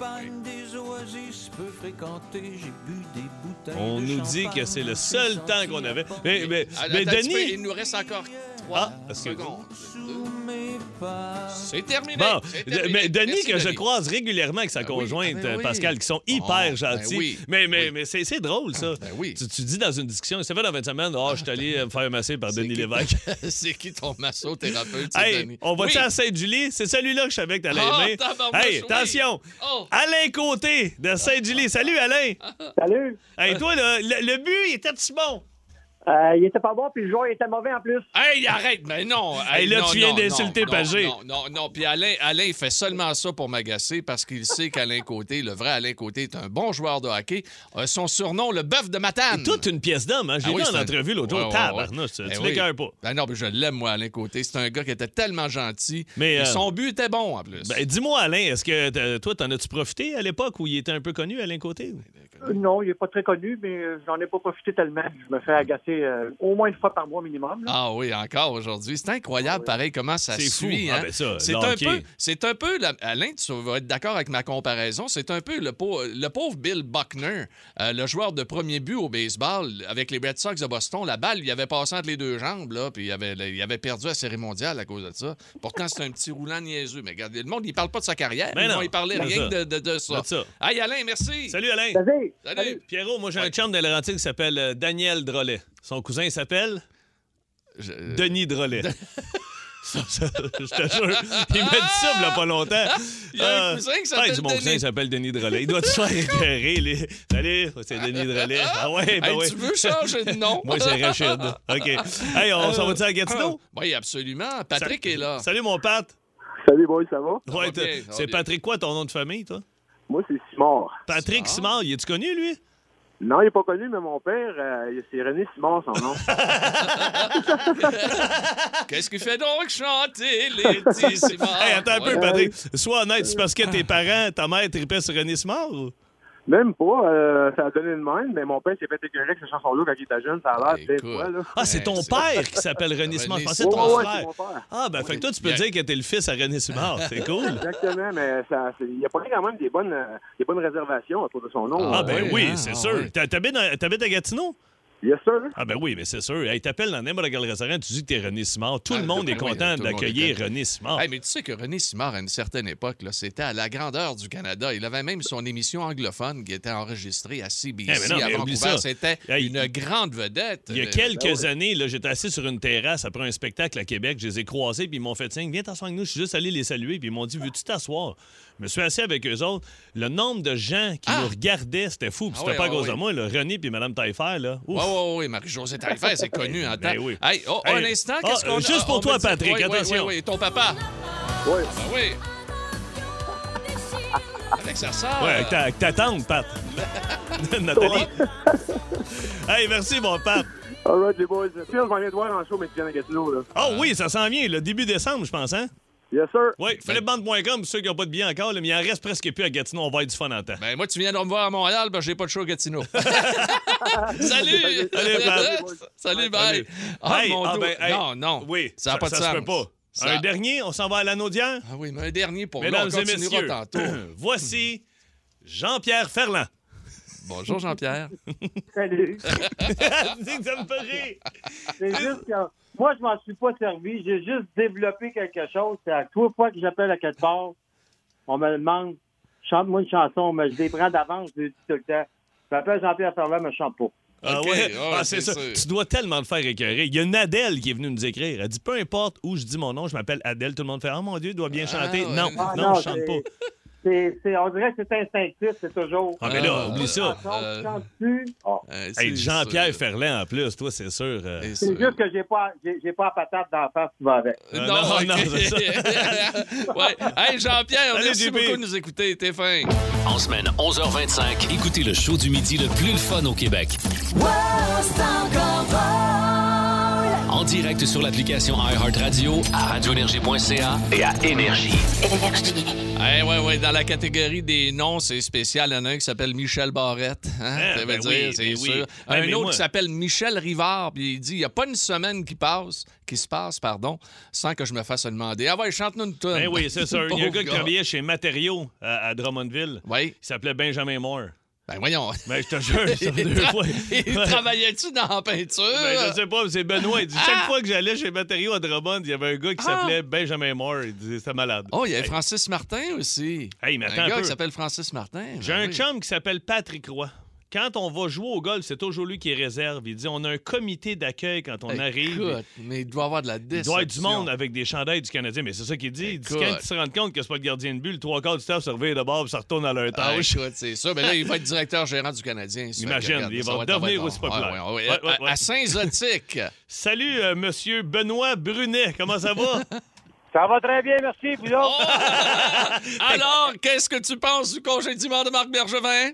C: On nous dit que c'est le seul temps qu'on avait. Mais, mais-
B: Ah,
C: mais
B: attends un petit peu,
C: Denis,
B: il nous reste encore trois
C: Ah, parce que-
B: secondes. C'est terminé. Eh
C: Bon,
B: ben, c'est
C: de-
B: terminé.
C: mais Denis,
B: Merci,
C: que je croise régulièrement avec sa
B: oui,
C: conjointe,
B: ah ben
C: euh,
B: oui.
C: Pascal, qui sont
B: Ah,
C: hyper
B: ben
C: gentils.
B: oui,
C: Mais, mais,
B: oui.
C: mais c'est c'est drôle, ça.
B: Ben oui.
C: tu, tu dis dans une discussion, ça fait dans 20 semaines, oh, je suis allé euh, me faire masser par Denis Lévesque.
B: C'est qui ton massothérapeute? c'est
C: Hey,
B: Denis?
C: on va-tu
B: Oui.
C: à Saint-Julie? C'est celui-là que je savais que t'allais
B: Ah,
C: aimer.
B: tabarnouche,
C: Hey,
B: oui.
C: attention!
B: Oh.
C: Alain Côté de Saint-Julie. Salut, Alain!
H: Salut!
C: Hey, toi, là, le, le but, il était si bon?
H: Euh, il était pas bon, puis le joueur il était mauvais en plus.
B: Hey, arrête, mais Ben non.
C: Hey, là,
B: non,
C: tu viens
B: non,
C: d'insulter
B: non, non,
C: Pagé.
B: Non, non, non. Puis Alain, Alain, il fait seulement ça pour m'agacer parce qu'il sait qu'Alain Côté, le vrai Alain Côté, est un bon joueur de hockey. Euh, son surnom, le bœuf de Matane.
C: Toute une pièce d'homme, hein? J'ai
B: Ah
C: vu
B: oui,
C: en
B: c'est un-
C: entrevue l'autre jour.
B: Ouais, ouais, ouais.
C: Tabarnouche, tu,
B: Ben
C: tu
B: oui.
C: l'écoeures pas.
B: Ben non, mais je l'aime, moi, Alain Côté. C'est un gars qui était tellement gentil.
C: Mais,
B: Et
C: euh,
B: son but était bon, en plus.
C: Ben, dis-moi, Alain, est-ce que t'as- toi, t'en as-tu profité à l'époque où il était un peu connu, Alain Côté?
H: Euh, non, il est pas très connu, mais euh, j'en ai pas profité tellement. Je me fais agacer euh, au moins une fois par mois minimum. là.
B: Ah oui, encore aujourd'hui. C'est incroyable, pareil, comment ça
C: Ah C'est fou.
B: suit.
C: Ah,
B: hein.
C: ben ça,
B: c'est
C: le
B: un
C: hockey.
B: peu, c'est un peu, la- Alain, tu vas être d'accord avec ma comparaison, c'est un peu le, pau- le pauvre Bill Buckner, euh, le joueur de premier but au baseball avec les Red Sox de Boston. La balle, il avait passé entre les deux jambes, là, puis il avait, il avait perdu la Série mondiale à cause de ça. Pourtant, c'est un petit roulant niaiseux. Mais regarde, le monde, il parle pas de sa carrière.
C: Ben
B: ils
C: non,
B: vont y parler
C: c'est
B: rien
C: ça.
B: que de, de- de ça.
C: C'est ça.
B: Hey, Alain, merci.
C: Salut, Alain!
H: Salut!
B: Salut.
C: Pierrot, moi j'ai
B: Ouais.
C: un chum de Laurentides qui s'appelle euh, Daniel Drolet. Son cousin il s'appelle
B: Je-
C: Denis Drolet. Ça, ça, Je te jure, il m'a dit ça il y a pas longtemps.
B: Il y a un cousin qui s'appelle
C: il dit, mon cousin
B: Denis.
C: il s'appelle Denis Drolet. Il doit toujours écœurer. les- Salut, c'est Denis Drolet. Ah ouais, ben
B: Hey,
C: ouais.
B: tu veux changer de nom?
C: Moi, c'est Rachid. OK. Hey, on s'en va-tu à Gatineau?
B: Euh, ah, Oui, absolument. Patrick
C: Sa-
B: est là.
C: Salut, mon Pat.
E: Salut, boy, ça va?
B: va
C: Ouais,
B: bien,
C: t'as-
B: ça va
C: c'est
B: bien.
C: Patrick quoi, ton nom de famille, toi?
E: Moi, c'est Simard.
C: Patrick Simard, il est-tu connu, lui?
E: Non, il n'est pas connu, mais mon père, euh, c'est René Simard, son nom.
B: Qu'est-ce qui fait donc chanter les petits
C: Hey, attends un peu, ben- Patrick. Sois honnête, c'est parce que
B: Ah.
C: tes parents, ta mère tripait sur René Simard? ou?
E: Même pas, euh, ça a donné de même, mais mon père s'est fait écœurer avec cette chanson-là quand il était jeune, ça a l'air des
B: Ben, Écoute.
E: fois, là.
C: Ah, c'est ton
B: c'est-
C: père qui s'appelle René Simard.
B: René
C: Je pensais
E: Ouais,
B: C'est
C: ton
E: ouais, ouais, c'est
C: frère.
E: mon père.
C: Ah, ben, fait que toi, tu peux
B: Bien.
C: dire que t'es le fils à René Simard. C'est cool.
E: Exactement, mais ça, c'est- il y a pas quand même des bonnes, euh, des bonnes réservations à cause de son nom.
C: Ah,
E: là.
C: ben
B: ouais,
C: oui,
B: hein,
C: c'est
B: ah,
C: sûr.
B: ouais.
C: T'a- T'habites à, t'habites à Gatineau?
E: Yes, sir.
C: Ah, ben oui, mais c'est sûr. Hey, t'appelles dans n'importe quel restaurant, tu dis que t'es René Simard. Tout
B: Ah,
C: le monde
B: ben
C: est
B: oui,
C: content
B: tout le monde est
C: d'accueillir
B: content.
C: René Simard.
B: Hey, mais tu sais que René Simard, à une certaine époque, là, c'était à la grandeur du Canada. Il avait même son émission anglophone qui était enregistrée à CBC
C: Eh, mais non, mais
B: à
C: oublie
B: Vancouver.
C: ça.
B: C'était
C: Hey,
B: une grande vedette.
C: Il y a
B: Euh,
C: quelques années, là, j'étais assis sur une terrasse après un spectacle à Québec. Je les ai croisés, puis ils m'ont fait signe, viens t'asseoir avec nous. Je suis juste allé les saluer, puis ils m'ont dit, veux-tu t'asseoir? Je me suis assis avec eux autres. Le nombre de gens qui
B: Ah!
C: nous regardaient, c'était fou. Puis
B: Ah
C: c'était
B: oui,
C: pas à
B: ah
C: cause de
B: oui.
C: moi, là. René puis Mme Taillefer, là. Ouf.
B: Oui, oui, oui, Marie-Josée Taillefer, c'est connu en temps.
C: Ben oui.
B: Hey, oh,
C: Hey.
B: un instant,
C: Ah,
B: qu'est-ce qu'on
C: euh,
B: a?
C: juste pour
B: On
C: toi,
B: va dire-
C: Patrick,
B: oui, oui,
C: attention.
B: Oui, oui, ton papa.
E: Oui.
B: Ah oui. Avec sa sœur.
C: Ouais, avec ta, avec ta tante, Pat. Nathalie. hey, merci, mon Pat.
I: uh,
C: Ah
E: All
B: Ah.
E: right, les boys. Pierre, je m'en viens de voir en show, mais tu viens à Gatineau, là.
C: Oh oui, ça s'en vient, le début décembre, je pense, hein?
E: Yes, sir.
C: Oui,
B: Ben
C: philippebande.com, pour ceux qui n'ont pas de billets encore, là, mais il en reste presque plus à Gatineau. On va être du fun en temps.
B: Ben, moi, tu viendras me voir à Montréal, ben, j'ai pas de show à Gatineau. Salut!
C: Salut, Pat.
B: Salut, bye! Ah,
C: Hey,
B: mon
C: ah,
B: dos.
C: ben, hey.
B: Non, non.
C: Oui,
B: ça n'a pas de
C: se
B: sens.
C: peut pas.
B: Ça-
C: Un dernier, on s'en va à l'anneau d'hier.
B: Ah oui, mais un dernier pour
C: Mesdames
B: nous. On
C: et
B: continuera
C: messieurs,
B: tantôt.
C: voici Jean-Pierre Ferland.
B: Bonjour, Jean-Pierre.
I: Salut.
C: Dis que ça me fait rire.
I: C'est juste que moi, je m'en suis pas servi. J'ai juste développé quelque chose. C'est à trois fois que j'appelle à quelque part, on me demande, chante-moi une chanson, mais je les prends d'avance, je les dis tout le temps. J'appelle Jean-Pierre Ferland, mais je chante pas.
C: Ah
B: Ok,
C: ouais,
B: ouais,
C: ah, c'est
B: c'est
C: ça.
B: sûr.
C: Tu dois tellement te faire écœurer. Il y a une Adèle qui est venue nous écrire. Elle dit Peu importe où je dis mon nom, je m'appelle Adèle. Tout le monde fait Oh mon Dieu, il doit bien
B: Ah,
C: chanter.
B: ouais.
C: Non,
I: Ah,
C: non,
I: non,
C: je chante
I: c'est-
C: pas.
I: C'est, c'est- on dirait que c'est instinctif, c'est toujours.
C: Ah, mais là,
B: Ah,
C: oublie ça.
I: Chanson,
B: euh,
I: chante-tu? Ah.
B: Hey,
C: Hey,
B: Euh, c'est
C: Jean-Pierre
B: sûr.
C: Ferland en plus, toi, c'est sûr. euh,
B: C'est
I: C'est
B: sûr.
I: juste que j'ai pas, j'ai, j'ai pas la patate d'en face qui va avec.
C: Euh,
B: Non,
C: non,
B: ok.
C: non, c'est
B: ouais. Hey, Jean-Pierre,
C: Allez,
B: merci
C: JP.
B: beaucoup de nous écouter. T'es fin.
A: En semaine, 11h25, écoutez le show du midi le plus le fun au Québec. En direct sur l'application iHeartRadio, à radioénergie.ca et à Énergie.
G: Énergie.
B: Eh ouais, ouais, dans la catégorie des noms, c'est spécial. Il y en a un qui s'appelle Michel Barrette. hein,
C: Ah,
B: ça veut
C: ben
B: dire,
C: oui,
B: c'est
C: ben oui.
B: sûr.
C: Ah,
B: un
C: mais
B: autre
C: moi-
B: qui s'appelle Michel Rivard. Puis il dit il n'y a pas une semaine qui passe, qui se passe, pardon, sans que je me fasse demander. Ah ouais, chante-nous une tonne.
C: Ben oui, c'est sûr. Il y a un gars qui
B: Pauvre
C: travaillait chez Matériaux à, à Drummondville.
B: Oui,
C: Il s'appelait Benjamin Moore.
B: ben voyons.
C: Mais je te jure, ça fait
B: Il
C: deux
B: tra-
C: fois.
B: il travaillait-tu dans la peinture?
C: Ben, je sais pas, mais c'est Benoît. Il dit,
B: Ah!
C: chaque fois que j'allais chez Matériaux à Drummond, il y avait un gars qui s'appelait Benjamin Moore. Il disait, c'était malade.
B: Oh, il y a Francis Martin aussi.
C: Hey, mais attends
B: un
C: un
B: gars
C: peu.
B: qui s'appelle Francis Martin. ben
C: J'ai un
B: oui.
C: chum qui s'appelle Patrick Roy. Quand on va jouer au golf, c'est toujours lui qui réserve. Il dit on a un comité d'accueil quand on arrive.
B: Écoute, mais il doit avoir de la
C: Il
B: déception.
C: doit y avoir du monde avec des chandails du Canadien, mais c'est ça qu'il dit. Il dit
B: Écoute.
C: quand ils se rendent compte que c'est pas le gardien de but, le trois quarts du staff se réveille de bord et ça retourne à leur
B: Ah,
C: tâche.
B: écoute, c'est ça. Mais là, il va être directeur gérant du Canadien. Ça fait que,
C: Imagine,
B: regarde,
C: il
B: ça
C: va
B: être-
C: devenir
B: être
C: aussi
B: bon.
C: populaire.
B: Ah, ouais, ouais,
C: Ouais, ouais,
B: à-
C: ouais.
B: À Saint-Zotique.
C: Salut, euh, monsieur Benoît Brunet. Comment ça va?
I: Ça va très bien, merci, vous autres.
B: Alors, qu'est-ce que tu penses du congédiement de Marc Bergevin?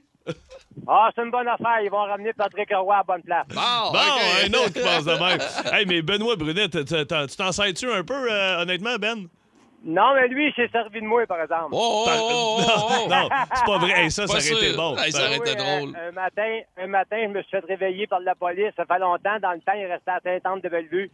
I: Ah, c'est une bonne affaire. Ils vont ramener Patrick Roy à la bonne place.
B: Bon,
C: bon,
B: Oh, ok.
C: un autre qui pense de même. hey, mais Benoît Brunet, t- t- t'en- tu t'en sers-tu un peu, euh, honnêtement, Ben?
I: Non, mais lui, il s'est servi de moi, par exemple.
B: Oh, oh, oh, oh, oh.
C: Non, c'est pas vrai. Hey, ça, ça
B: Pas
C: aurait été
B: sûr.
C: bon. Euh,
B: Hey, ça aurait été drôle.
I: euh, Un, un matin, un matin, je me suis fait réveiller par la police. Ça fait longtemps. Dans le temps, il restait à Saint-Anne de Bellevue.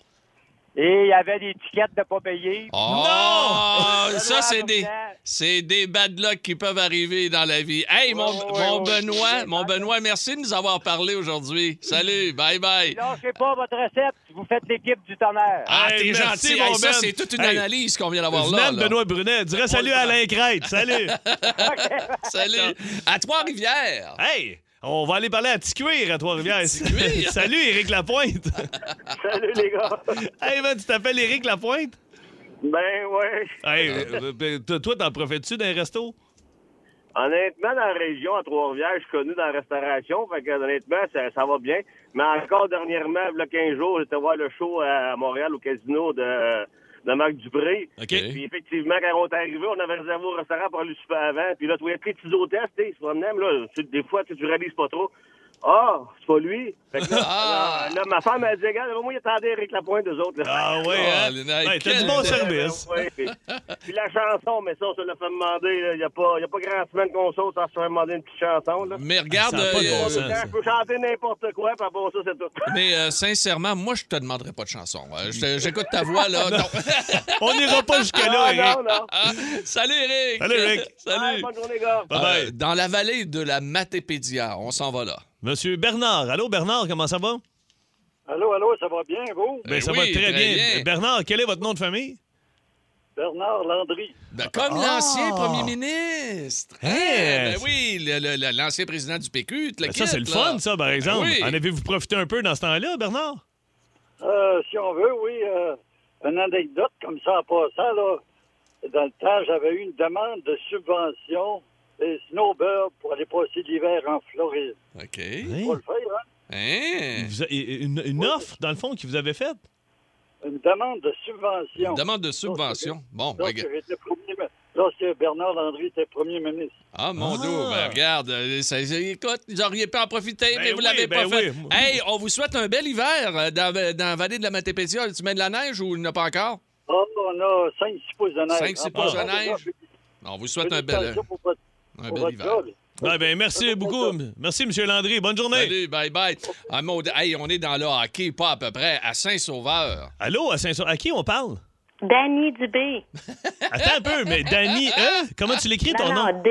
I: Et il y avait des tickets de pas payer.
B: Oh,
I: Non!
B: Ça, c'est des,
I: Ah,
B: c'est des bad luck qui peuvent arriver dans la vie. Hey, mon,
I: Ouais, ouais,
B: mon
I: ouais,
B: Benoît,
I: ouais.
B: mon Benoît, merci de nous avoir parlé aujourd'hui. Salut, bye bye.
I: Lâchez pas votre recette. Vous faites l'équipe du tonnerre.
B: Ah,
C: Hey,
B: t'es
C: merci,
B: gentil.
C: mon
B: Hey, ça,
C: Ben.
B: c'est toute une
C: Hey,
B: analyse qu'on vient d'avoir là.
C: Même
B: là.
C: Benoît Brunet dirait salut à Alain Crête. Salut.
B: Salut. À Trois-Rivières.
C: hey, on va aller parler à Ticuir à Trois-Rivières.
B: Ticuir.
C: salut, Éric Lapointe.
E: Salut, les gars.
C: hey, man, tu t'appelles Éric Lapointe?
E: ben, ouais.
C: Hey, euh, ben, t- toi, t'en profites-tu d'un resto?
E: Honnêtement, dans la région, à Trois-Rivières, je suis connu dans la restauration. Fait que, honnêtement, ça, ça va bien. Mais encore dernièrement, il y a 15 jours, j'étais voir le show à Montréal au casino de, de Marc Dupré.
C: OK.
E: Puis effectivement, quand on est arrivé, on avait réservé au restaurant pour aller super avant. Puis là, tu voyais tous les petits hôtels, tu sais, ils se promenaient. mais Là, tu- des fois, tu, tu réalises pas trop. Ah, c'est pas lui. Fait que là,
B: Ah.
E: là, là, ma femme, elle dit, regarde, moi, il attendait Eric Lapointe, eux autres. Là.
C: Ah ouais,
B: Oh,
C: hein?
B: Léna,
C: Hey, t'as
B: quel
C: du bon
B: bel-
C: service.
E: Ouais, puis, puis la chanson, mais ça, on se l'a fait demander. là. Il n'y a, pas- il y a pas grand semaine qu'on saute sans se faire demander une petite chanson. Là.
B: Mais regarde,
C: Ça a pas de
B: euh,
C: bon
E: On
C: sens, ça.
E: peut chanter n'importe quoi, puis bon, ça, c'est tout.
B: mais euh, sincèrement, moi, je te demanderai pas de chanson. Euh, je te- J'écoute ta voix, là. Non.
C: On n'ira pas jusque-là,
E: non,
C: Éric.
E: non.
B: Ah, Salut, Eric.
C: Salut, Eric.
E: Ouais,
B: Salut.
E: bonne journée, gars.
C: Bye-bye.
B: Euh, dans la vallée de la Matépédia, on s'en va là.
C: Monsieur Bernard. Allô, Bernard, comment ça va?
E: Allô, allô, ça va bien, vous?
C: Ben,
B: Eh
C: ça va
B: oui, très
C: très bien.
B: bien.
C: Bernard, quel est votre nom de famille?
E: Bernard Landry.
B: Ben, comme
C: Ah.
B: l'ancien premier ministre.
C: Hein?
B: Eh, ben oui, le- le- le- l'ancien président du PQ. te le
C: Ben, ça,
B: quitte,
C: c'est le
B: là. Ben
C: fun, ça, par exemple.
B: oui.
C: En avez-vous profité un peu dans ce temps-là, Bernard?
E: Euh, si on veut, oui, euh, une anecdote comme ça en passant, là. Dans le temps, j'avais eu une demande de subvention des snowbirds pour aller passer l'hiver en Floride.
B: OK.
E: Faut le faire, hein?
B: Hein?
C: Vous a- une, une offre, dans le fond, qui vous avez faite?
E: hein? Une demande de subvention.
B: Demande de subvention. Bon,
E: Lorsque,
B: regarde.
E: j'étais premier mi- lorsque Bernard Landry était premier ministre.
B: Ah, mon
C: Ah.
B: dos, ben, regarde. euh, ça- ça- écoute, vous auriez pu en profiter,
C: Ben
B: mais vous
C: oui,
B: l'avez
C: ben
B: pas fait.
C: oui.
B: Hey, on vous souhaite un bel hiver euh, dans, dans la vallée de la Matépédia. Tu mets de la neige ou il n'y en a pas encore?
J: Oh, on a 5-6 pouces de neige.
B: 5-6 pouces
E: Ah,
B: de neige. On vous souhaite un bel, euh, un bel hiver.
C: Ouais, ben, merci beaucoup. Merci, M. Landry. Bonne journée.
B: Salut, bye bye. Ah, mon Dieu, hey, on est dans le hockey, pas à peu près, à Saint-Sauveur.
C: Allô, à Saint-Sauveur. À qui on parle?
K: Danny Dubé.
C: Attends un peu, mais Danny, hein? comment tu l'écris ton
K: non,
C: nom?
K: Non,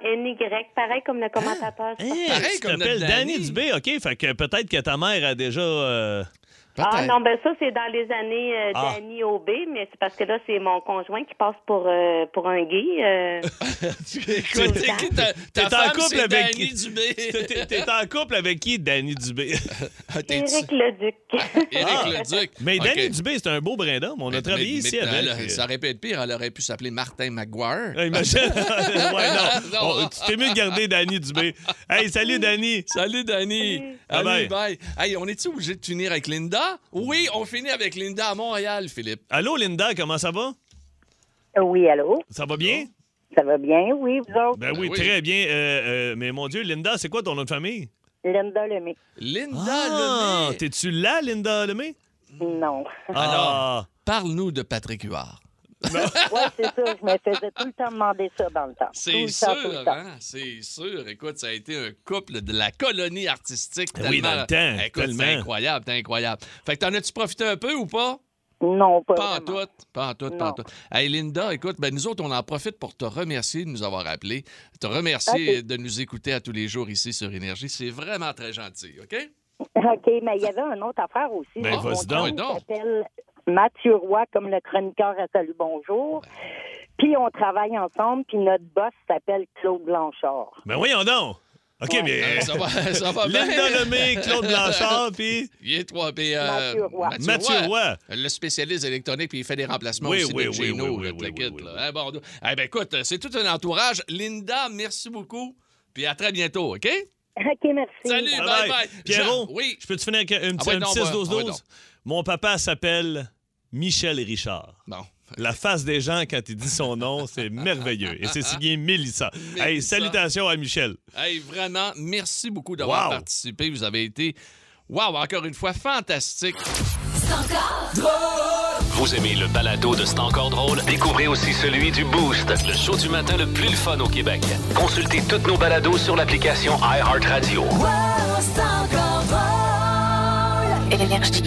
K: D-A-N-Y, pareil comme le commentateur.
C: Eh,
K: sportif.
C: tu t'appelles Danny Dubé, OK? Fait que peut-être que ta mère a déjà. euh,
K: Ah non, ben ça, c'est dans les années euh,
C: Ah.
K: Danny OB, mais c'est parce que là, c'est mon conjoint qui passe pour, euh, pour un gay. euh.
B: Écoute,
C: T'es-
B: qui ta- ta
C: t'es en
B: femme,
C: couple
B: c'est
C: avec-
B: Danny Dubé.
C: T'es- T'es t'es en couple avec qui, Danny Dubé?
K: Éric Leduc.
B: Ah, Éric Leduc.
C: Ah. Mais
B: OK.
C: Danny Dubé, c'est un beau brin d'homme. On a travaillé
B: Mais-
C: ici
B: mais-
C: avec. euh,
B: elle- ça aurait pu être pire, elle aurait pu s'appeler Martin McGuire.
C: Ah, Imagine. ouais, non.
B: Non. Mm.
C: Oh, tu t'es mieux de garder Danny Dubé. Hey, salut, Danny.
B: Salut, Danny.
C: Ah,
B: Allez,
C: ben.
B: bye. Hey, on est-tu obligé de finir avec Linda? Oui,
C: Mm.
B: on finit avec Linda à Montréal, Philippe.
C: Allô, Linda, comment ça va?
L: Oui, allô?
C: Ça va bien?
L: Ça va bien, oui, vous autres?
C: Ben oui, très bien. Euh, euh, mais mon Dieu, Linda, c'est quoi ton nom de famille?
L: Linda Lemay.
B: Linda
C: ah,
B: Lemay. Ah,
C: T'es-tu là, Linda Lemay? Ah,
L: Non.
B: Alors, parle-nous de Patrick Huard.
L: oui, c'est ça. Je me faisais tout le temps demander ça dans le temps. Tout
B: C'est
L: le temps, tout le
B: sûr,
L: temps.
B: hein? C'est sûr. Écoute, ça a été un couple de la colonie artistique. Tellement...
C: Eh Oui, dans le temps,
B: Écoute,
C: tellement.
B: c'est incroyable, c'est incroyable. Fait que t'en as-tu profité un peu ou pas?
L: Non, pas
B: Pas en tout, pas en tout, pas en
L: Non.
B: tout. Hey Linda, écoute, ben nous autres, on en profite pour te remercier de nous avoir appelés, te remercier de nous écouter à tous les jours ici sur Énergie. C'est vraiment très gentil, OK?
L: OK, mais il y avait une autre affaire aussi.
B: Ben,
L: Mon chum
B: vas-y donc. donc.
L: s'appelle Mathieu Roy, comme le chroniqueur à Salut Bonjour. Puis on travaille ensemble, puis notre boss s'appelle Claude Blanchard.
C: Ben voyons donc. OK, mais.
B: Euh, ça va- ça va bien.
C: Linda Lemay, Claude Blanchard, puis.
B: Il est trois, puis, euh,
L: Mathieu Roy.
C: Mathieu Roy.
B: Le spécialiste électronique, puis il fait des remplacements
C: Oui,
B: aussi
C: oui,
B: de
C: oui,
B: Gino,
C: oui, oui,
B: là,
C: oui,
B: la
C: oui,
B: kid,
C: oui,
B: là. Hein, bon, eh ben, écoute, c'est tout un entourage. Linda, merci beaucoup, puis à très bientôt, OK?
L: OK, merci.
B: Salut, bye bye. Jean,
C: Pierrot,
B: oui.
C: je peux te finir avec un
B: Ah
C: petit,
B: ouais,
C: un
B: non,
C: petit
B: on va-
C: 6-12-12?
B: on va donc.
C: Mon papa s'appelle Michel Richard.
B: Bon.
C: La face des gens quand il dit son nom, c'est merveilleux. Et c'est signé Mélissa. Hey,
B: Mélissa.
C: salutations à Michel.
B: Hey, vraiment, merci beaucoup d'avoir
C: Wow.
B: participé. Vous avez été, wow, encore une fois, fantastique.
A: Vous aimez le balado de C'est encore drôle? Découvrez aussi celui du Boost, le show du matin le plus le fun au Québec. Consultez toutes nos balados sur l'application iHeartRadio.
G: Énergie.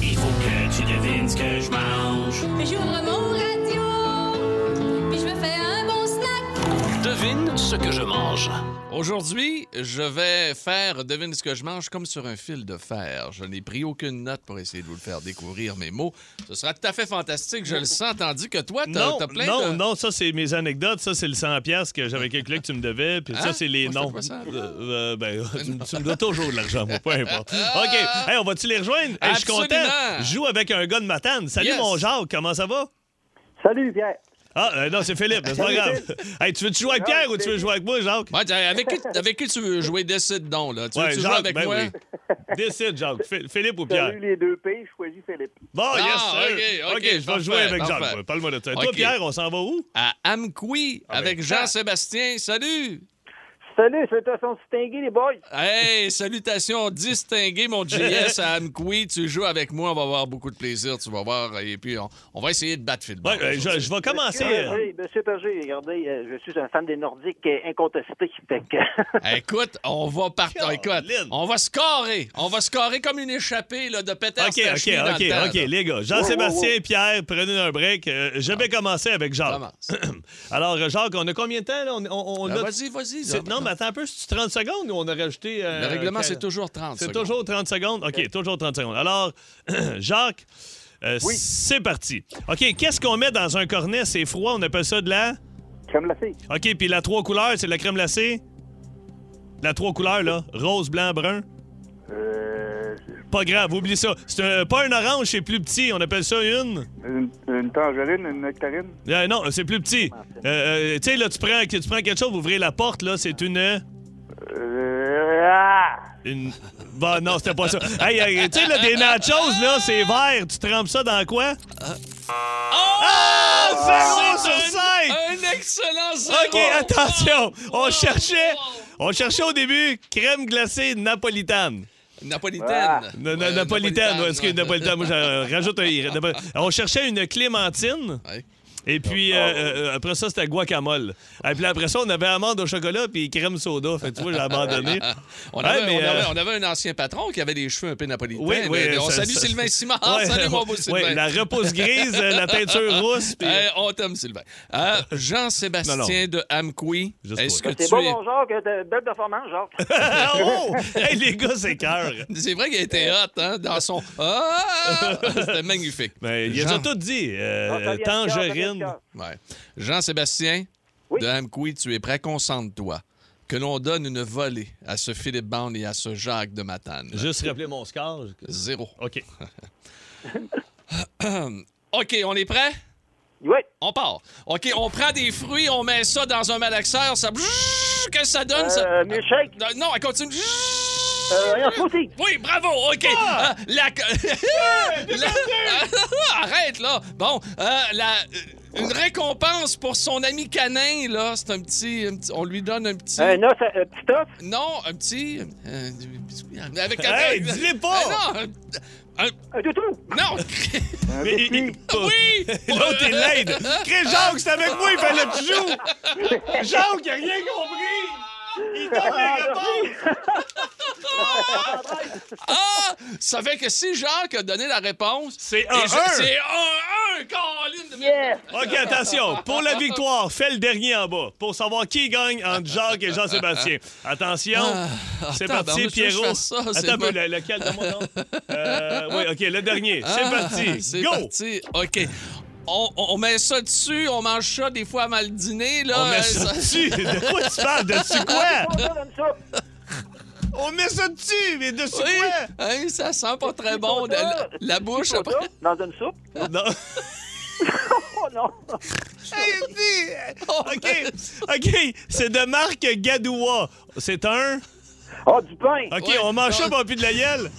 D: Il faut que tu devines ce que je mange.
G: J'ouvre mon radio, puis je me fais un bon snack.
A: Devine ce que je mange.
B: Aujourd'hui, je vais faire devine ce que je mange comme sur un fil de fer. Je n'ai pris aucune note pour essayer de vous le faire découvrir mes mots. Ce sera tout à fait fantastique, je le sens, tandis que toi, t'as
C: Non,
B: t'as plein
C: non,
B: de...
C: non, ça c'est mes anecdotes, ça c'est le 100 pièces que j'avais calculé que tu me devais, puis
B: Hein?
C: ça c'est les
B: Moi,
C: noms.
B: c'était pas ça.
C: Euh, euh, ben, tu, me- tu me dois toujours de l'argent, moi, peu importe. OK, Hey, on va-tu les rejoindre? Hey, je suis content.
B: Ah! Absolument.
C: Je joue avec un gars de Matane. Salut
B: Yes.
C: mon Jacques, comment ça va?
I: Salut, Pierre.
C: Ah, euh, non, c'est Philippe, mais c'est pas grave. hey, tu veux-tu jouer avec Pierre ou tu veux jouer avec moi, Jacques?
B: Ouais, t'as- avec, qui, avec qui tu veux jouer? Décide donc, là. Tu veux
C: Ouais,
B: jouer
C: Jacques,
B: avec
C: ben
B: moi?
C: oui. Décide, Jacques. Phi- Philippe ou Pierre?
I: Salut les deux pays, je choisis Philippe.
C: Bon,
B: Ah,
C: yes, sir.
B: ok, ok,
C: je vais jouer
B: parfait,
C: avec
B: parfait.
C: Jacques. ouais. Parle-moi de ça. Et Toi,
B: Ok.
C: Pierre, on s'en va où?
B: À Amqui, avec Jean-Sébastien. Salut!
I: Salut, salutations distinguées, les boys.
B: Hey, salutations distinguées, mon JS à Amqui. Tu joues avec moi, on va avoir beaucoup de plaisir, tu vas voir. Et puis, on, on va essayer de battre Phil.
C: Ouais, euh, je, je vais
E: Ah,
C: commencer. euh,
I: Monsieur, Monsieur Berger, regardez, euh, je suis un fan des Nordiques euh, incontesté. Fait que...
B: Écoute, on va partir. Écoute,
C: Caroline.
B: on va scorer. On va scorer comme une échappée là, de Peter
C: OK, OK,
B: Stachny dans
C: OK,
B: le temps,
C: OK,
B: là.
C: les gars. Jean-Sébastien et Pierre, prenez un break. Euh, je vais commencer avec Jacques.
B: Commence.
C: Alors, euh, Jacques, on a combien de temps? là? On, on- on
B: Ah,
C: a-
B: vas-y, vas-y.
C: C'est-
B: là,
C: Non, mais attends un peu, c'est 30 secondes ou on a rajouté. euh,
B: Le règlement,
C: quel-
B: c'est toujours 30
C: C'est
B: secondes.
C: toujours 30 secondes? OK, toujours 30 secondes. Alors, Jacques, euh, c'est parti. OK, qu'est-ce qu'on met dans un cornet? C'est froid, on appelle ça de la.
I: Crème glacée.
C: OK, puis la trois couleurs, c'est de la crème glacée? La trois couleurs, là. Rose, blanc, brun.
J: Euh,
C: Pas grave, oublie ça. C'est un- pas un orange, c'est plus petit. On appelle ça une.
J: une, une tangerine, une nectarine. Ah,
C: Euh, non, c'est plus petit. Euh, euh, tu sais, là, tu prends, tu prends quelque chose, vous ouvrez la porte, là, c'est une.
J: Euh, ah!
C: Une. Bah, non, c'était pas ça. Hey, hey, tu sais, là, des nachos, là, c'est vert. Tu trempes ça dans quoi? Ah! Zéro sur cinq!
B: Un excellent zéro.
C: OK, attention! On cherchait. On cherchait au début crème glacée napolitaine.
B: Napolitaine.
C: Na- na- napolitaine, ouais, excuse, napolitaine. Moi, j'en rajoute un i. Napa- On cherchait une clémentine. Et
B: Ah,
C: puis, euh, euh, après ça, c'était guacamole. Et puis après ça, on avait amande au chocolat puis crème soda. Fait que tu vois, j'ai abandonné.
B: on,
C: Ouais,
B: avait,
C: mais,
B: on, avait,
C: euh,
B: on avait un ancien patron qui avait des cheveux un peu napolitains.
C: Oui, oui,
B: mais on
C: ça-
B: salue
C: ça-
B: Sylvain Simard.
C: Ouais,
B: Salut, mon beau
C: ouais,
B: Sylvain.
C: la repousse grise, euh, la teinture rousse, puis-
B: Hey, on t'aime, Sylvain. Euh,
C: Non,
B: Jean-Sébastien
C: non.
B: de Amqui. Est-ce que
F: Ah,
M: Ben,
B: tu
M: C'est bon,
B: es.
M: mon Jacques. de- Belle performance, Jacques.
C: oh! Hey, les gars, c'est cœur.
B: C'est vrai qu'il était
C: Euh.
B: hot, hein, dans son. Ah! C'était magnifique.
C: Mais il a tout dit. euh,
B: Non, ça vient de cœur, ça vient de
C: tangerine.
B: cœur. Ouais. Jean-Sébastien de Amqui, tu es prêt, concentre-toi. Que l'on donne une volée à ce Philippe Bond et à ce Jacques de Matane.
C: Juste rappeler mon score.
B: Zéro.
C: OK.
B: OK, on est prêt?
M: Oui.
B: On part. OK, on prend des fruits, on met ça dans un malaxeur, ça... Qu'est-ce que ça donne, ça?
M: Euh,
B: Ah, Non, elle continue.
M: un smoothie.
B: Oui, bravo, OK.
M: Ah!
B: Euh, la... la- Arrête, là. Bon, euh, la... une récompense pour son ami canin, là. C'est un petit, un petit- On lui donne un petit...
M: Un os, un petit os.
B: Non, un petit... euh, euh, avec
M: Hey, dis-les pas!
B: Ah, non, un... un-
M: Un toutou.
B: Non!
C: Mais-
B: Oui!
C: L'autre, il l'aide. Crée Jacques, c'est avec moi, il fallait que tu joues. Jacques, il a rien compris. Il donne les réponses.
B: Ah! Ça fait que si Jacques a donné la réponse... C'est
C: un, Ah, un.
B: C'est 1-1, ah, Caroline! de-
C: OK, attention. Pour la victoire, fais le dernier en bas pour savoir qui gagne entre Jacques et Jean-Sébastien. Attention.
B: Ah,
C: c'est
B: attends, ben, on
C: parti,
B: veut que je
C: Pierrot.
B: fasse ça, c'est
C: attends un peu,
B: bon.
C: le- lequel de moi, non? Euh, oui, OK, le dernier. C'est
B: Ah,
C: parti.
B: C'est
C: Go!
B: parti. OK. On, on- on met ça dessus, on mange ça des fois avant le dîner. Là,
C: On met
B: Euh,
C: ça dessus? De quoi tu parles? Dessus
M: quoi?
C: On met ça dessus, mais dessus
B: Oui. Hein, ça sent pas très bon. La, la bouche, après.
M: Dans une soupe?
C: Non.
M: oh non!
B: Oh, ben,
C: OK, OK, c'est de marque Gadoua. C'est un...
M: Oh, du pain.
C: OK, on mange ça, pas plus de la gueule.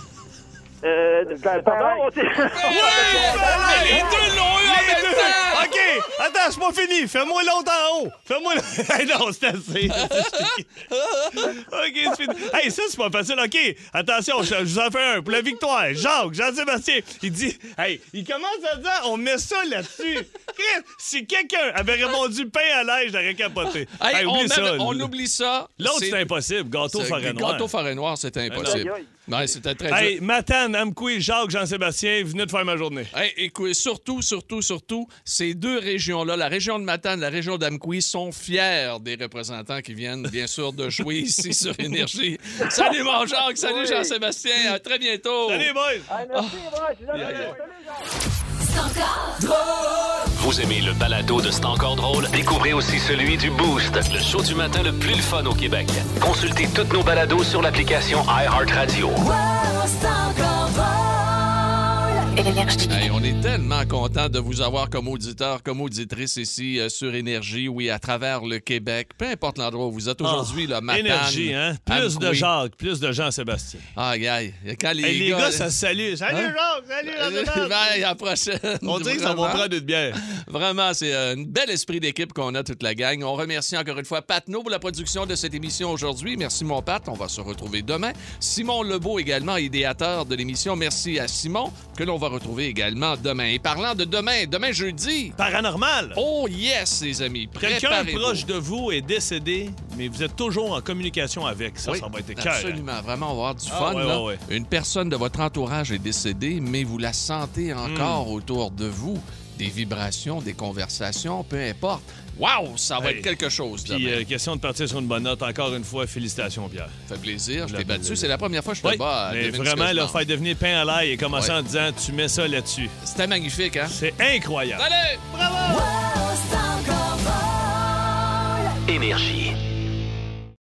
M: Euh, ben, pardon, on s'est-
C: les deux l'ont eu
B: Ah,
C: en même temps! OK, attends, c'est pas fini. Fais-moi l'autre en haut. Fais-moi le- Hey, non, c'est assez. OK, c'est fini. Hey, ça, c'est pas facile. OK, attention, je, je vous en fais un. Pour la victoire, Jacques, Jean-Sébastien, il dit... Hey, il commence à dire, on met ça là-dessus. Chris, si quelqu'un avait répondu pain à l'aise, j'aurais capoté.
B: Hey,
C: Hey,
B: on,
C: oublie
B: même-
C: ça.
B: on oublie ça.
C: L'autre, c'est impossible. Gâteau
B: C'est-
C: forêt noire.
B: Gâteau forêt noire, c'était impossible.
C: Aïe,
B: Ouais, c'était très
C: Hey,
B: dur.
C: Matane, Amkoui, Jacques, Jean-Sébastien, venez de faire ma journée.
B: Hey, écoute, surtout, surtout, surtout, ces deux régions-là, la région de Matane, la région d'Amqui, sont fiers des représentants qui viennent, bien sûr, de jouer ici sur Énergie. Salut, mon Jacques. Salut,
M: Oui.
B: Jean-Sébastien. À très bientôt.
C: Salut, boys.
M: Ah, merci, ouais, c'est
B: Aïe, aïe.
A: Vous aimez le balado de C'est encore drôle? Découvrez aussi celui du Boost, le show du matin le plus le fun au Québec. Consultez toutes nos balados sur l'application iHeartRadio.
B: Hey, on est tellement content de vous avoir comme auditeur, comme auditrice ici euh, sur Énergie, oui, à travers le Québec, peu importe l'endroit où vous êtes aujourd'hui,
C: Ah,
B: le matin.
C: Énergie, hein? Plus de Jacques, plus de Jean-Sébastien.
B: Aïe, aïe. Quand les, Hein?
C: Hey, les gars, ça se salue. Salut, Jacques! Salut, Jean-Sébastien!
B: Euh, Bye, à la prochaine.
C: On dirait que ça va
B: Vraiment.
C: prendre une bière.
B: Vraiment, c'est euh, un bel esprit d'équipe qu'on a toute la gang. On remercie encore une fois Patno pour la production de cette émission aujourd'hui. Merci mon Pat, on va se retrouver demain. Simon Lebeau également, idéateur de l'émission. Merci à Simon que l'on va retrouver également demain. Et parlant de demain, demain jeudi.
C: Paranormal.
B: Oh yes, les amis.
C: Quelqu'un
B: Préparez-vous.
C: proche de vous est décédé, mais vous êtes toujours en communication avec. Ça,
B: Oui,
C: ça va être écœurant.
B: absolument, vraiment, on va avoir du
C: Ah,
B: fun.
C: ouais,
B: là.
C: ouais,
B: Une personne de votre entourage est décédée, mais vous la sentez encore
C: Hmm.
B: autour de vous. Des vibrations, des conversations, peu importe. Wow, ça va
C: Hey.
B: être quelque chose.
C: Puis,
B: demain.
C: euh, question de partir sur une bonne note. Encore une fois, félicitations, Pierre.
B: Ça fait plaisir, je
C: La-
B: t'ai battu.
C: la-
B: C'est la première fois que je te
C: Oui,
B: bats. à
C: mais
B: Devine ce
C: vraiment,
B: que je
C: le
B: pense.
C: faire devenir pain à l'ail et commencer
B: Ouais.
C: en disant tu mets ça là-dessus.
B: C'était magnifique, hein?
C: C'est incroyable.
B: Allez!
A: Énergie.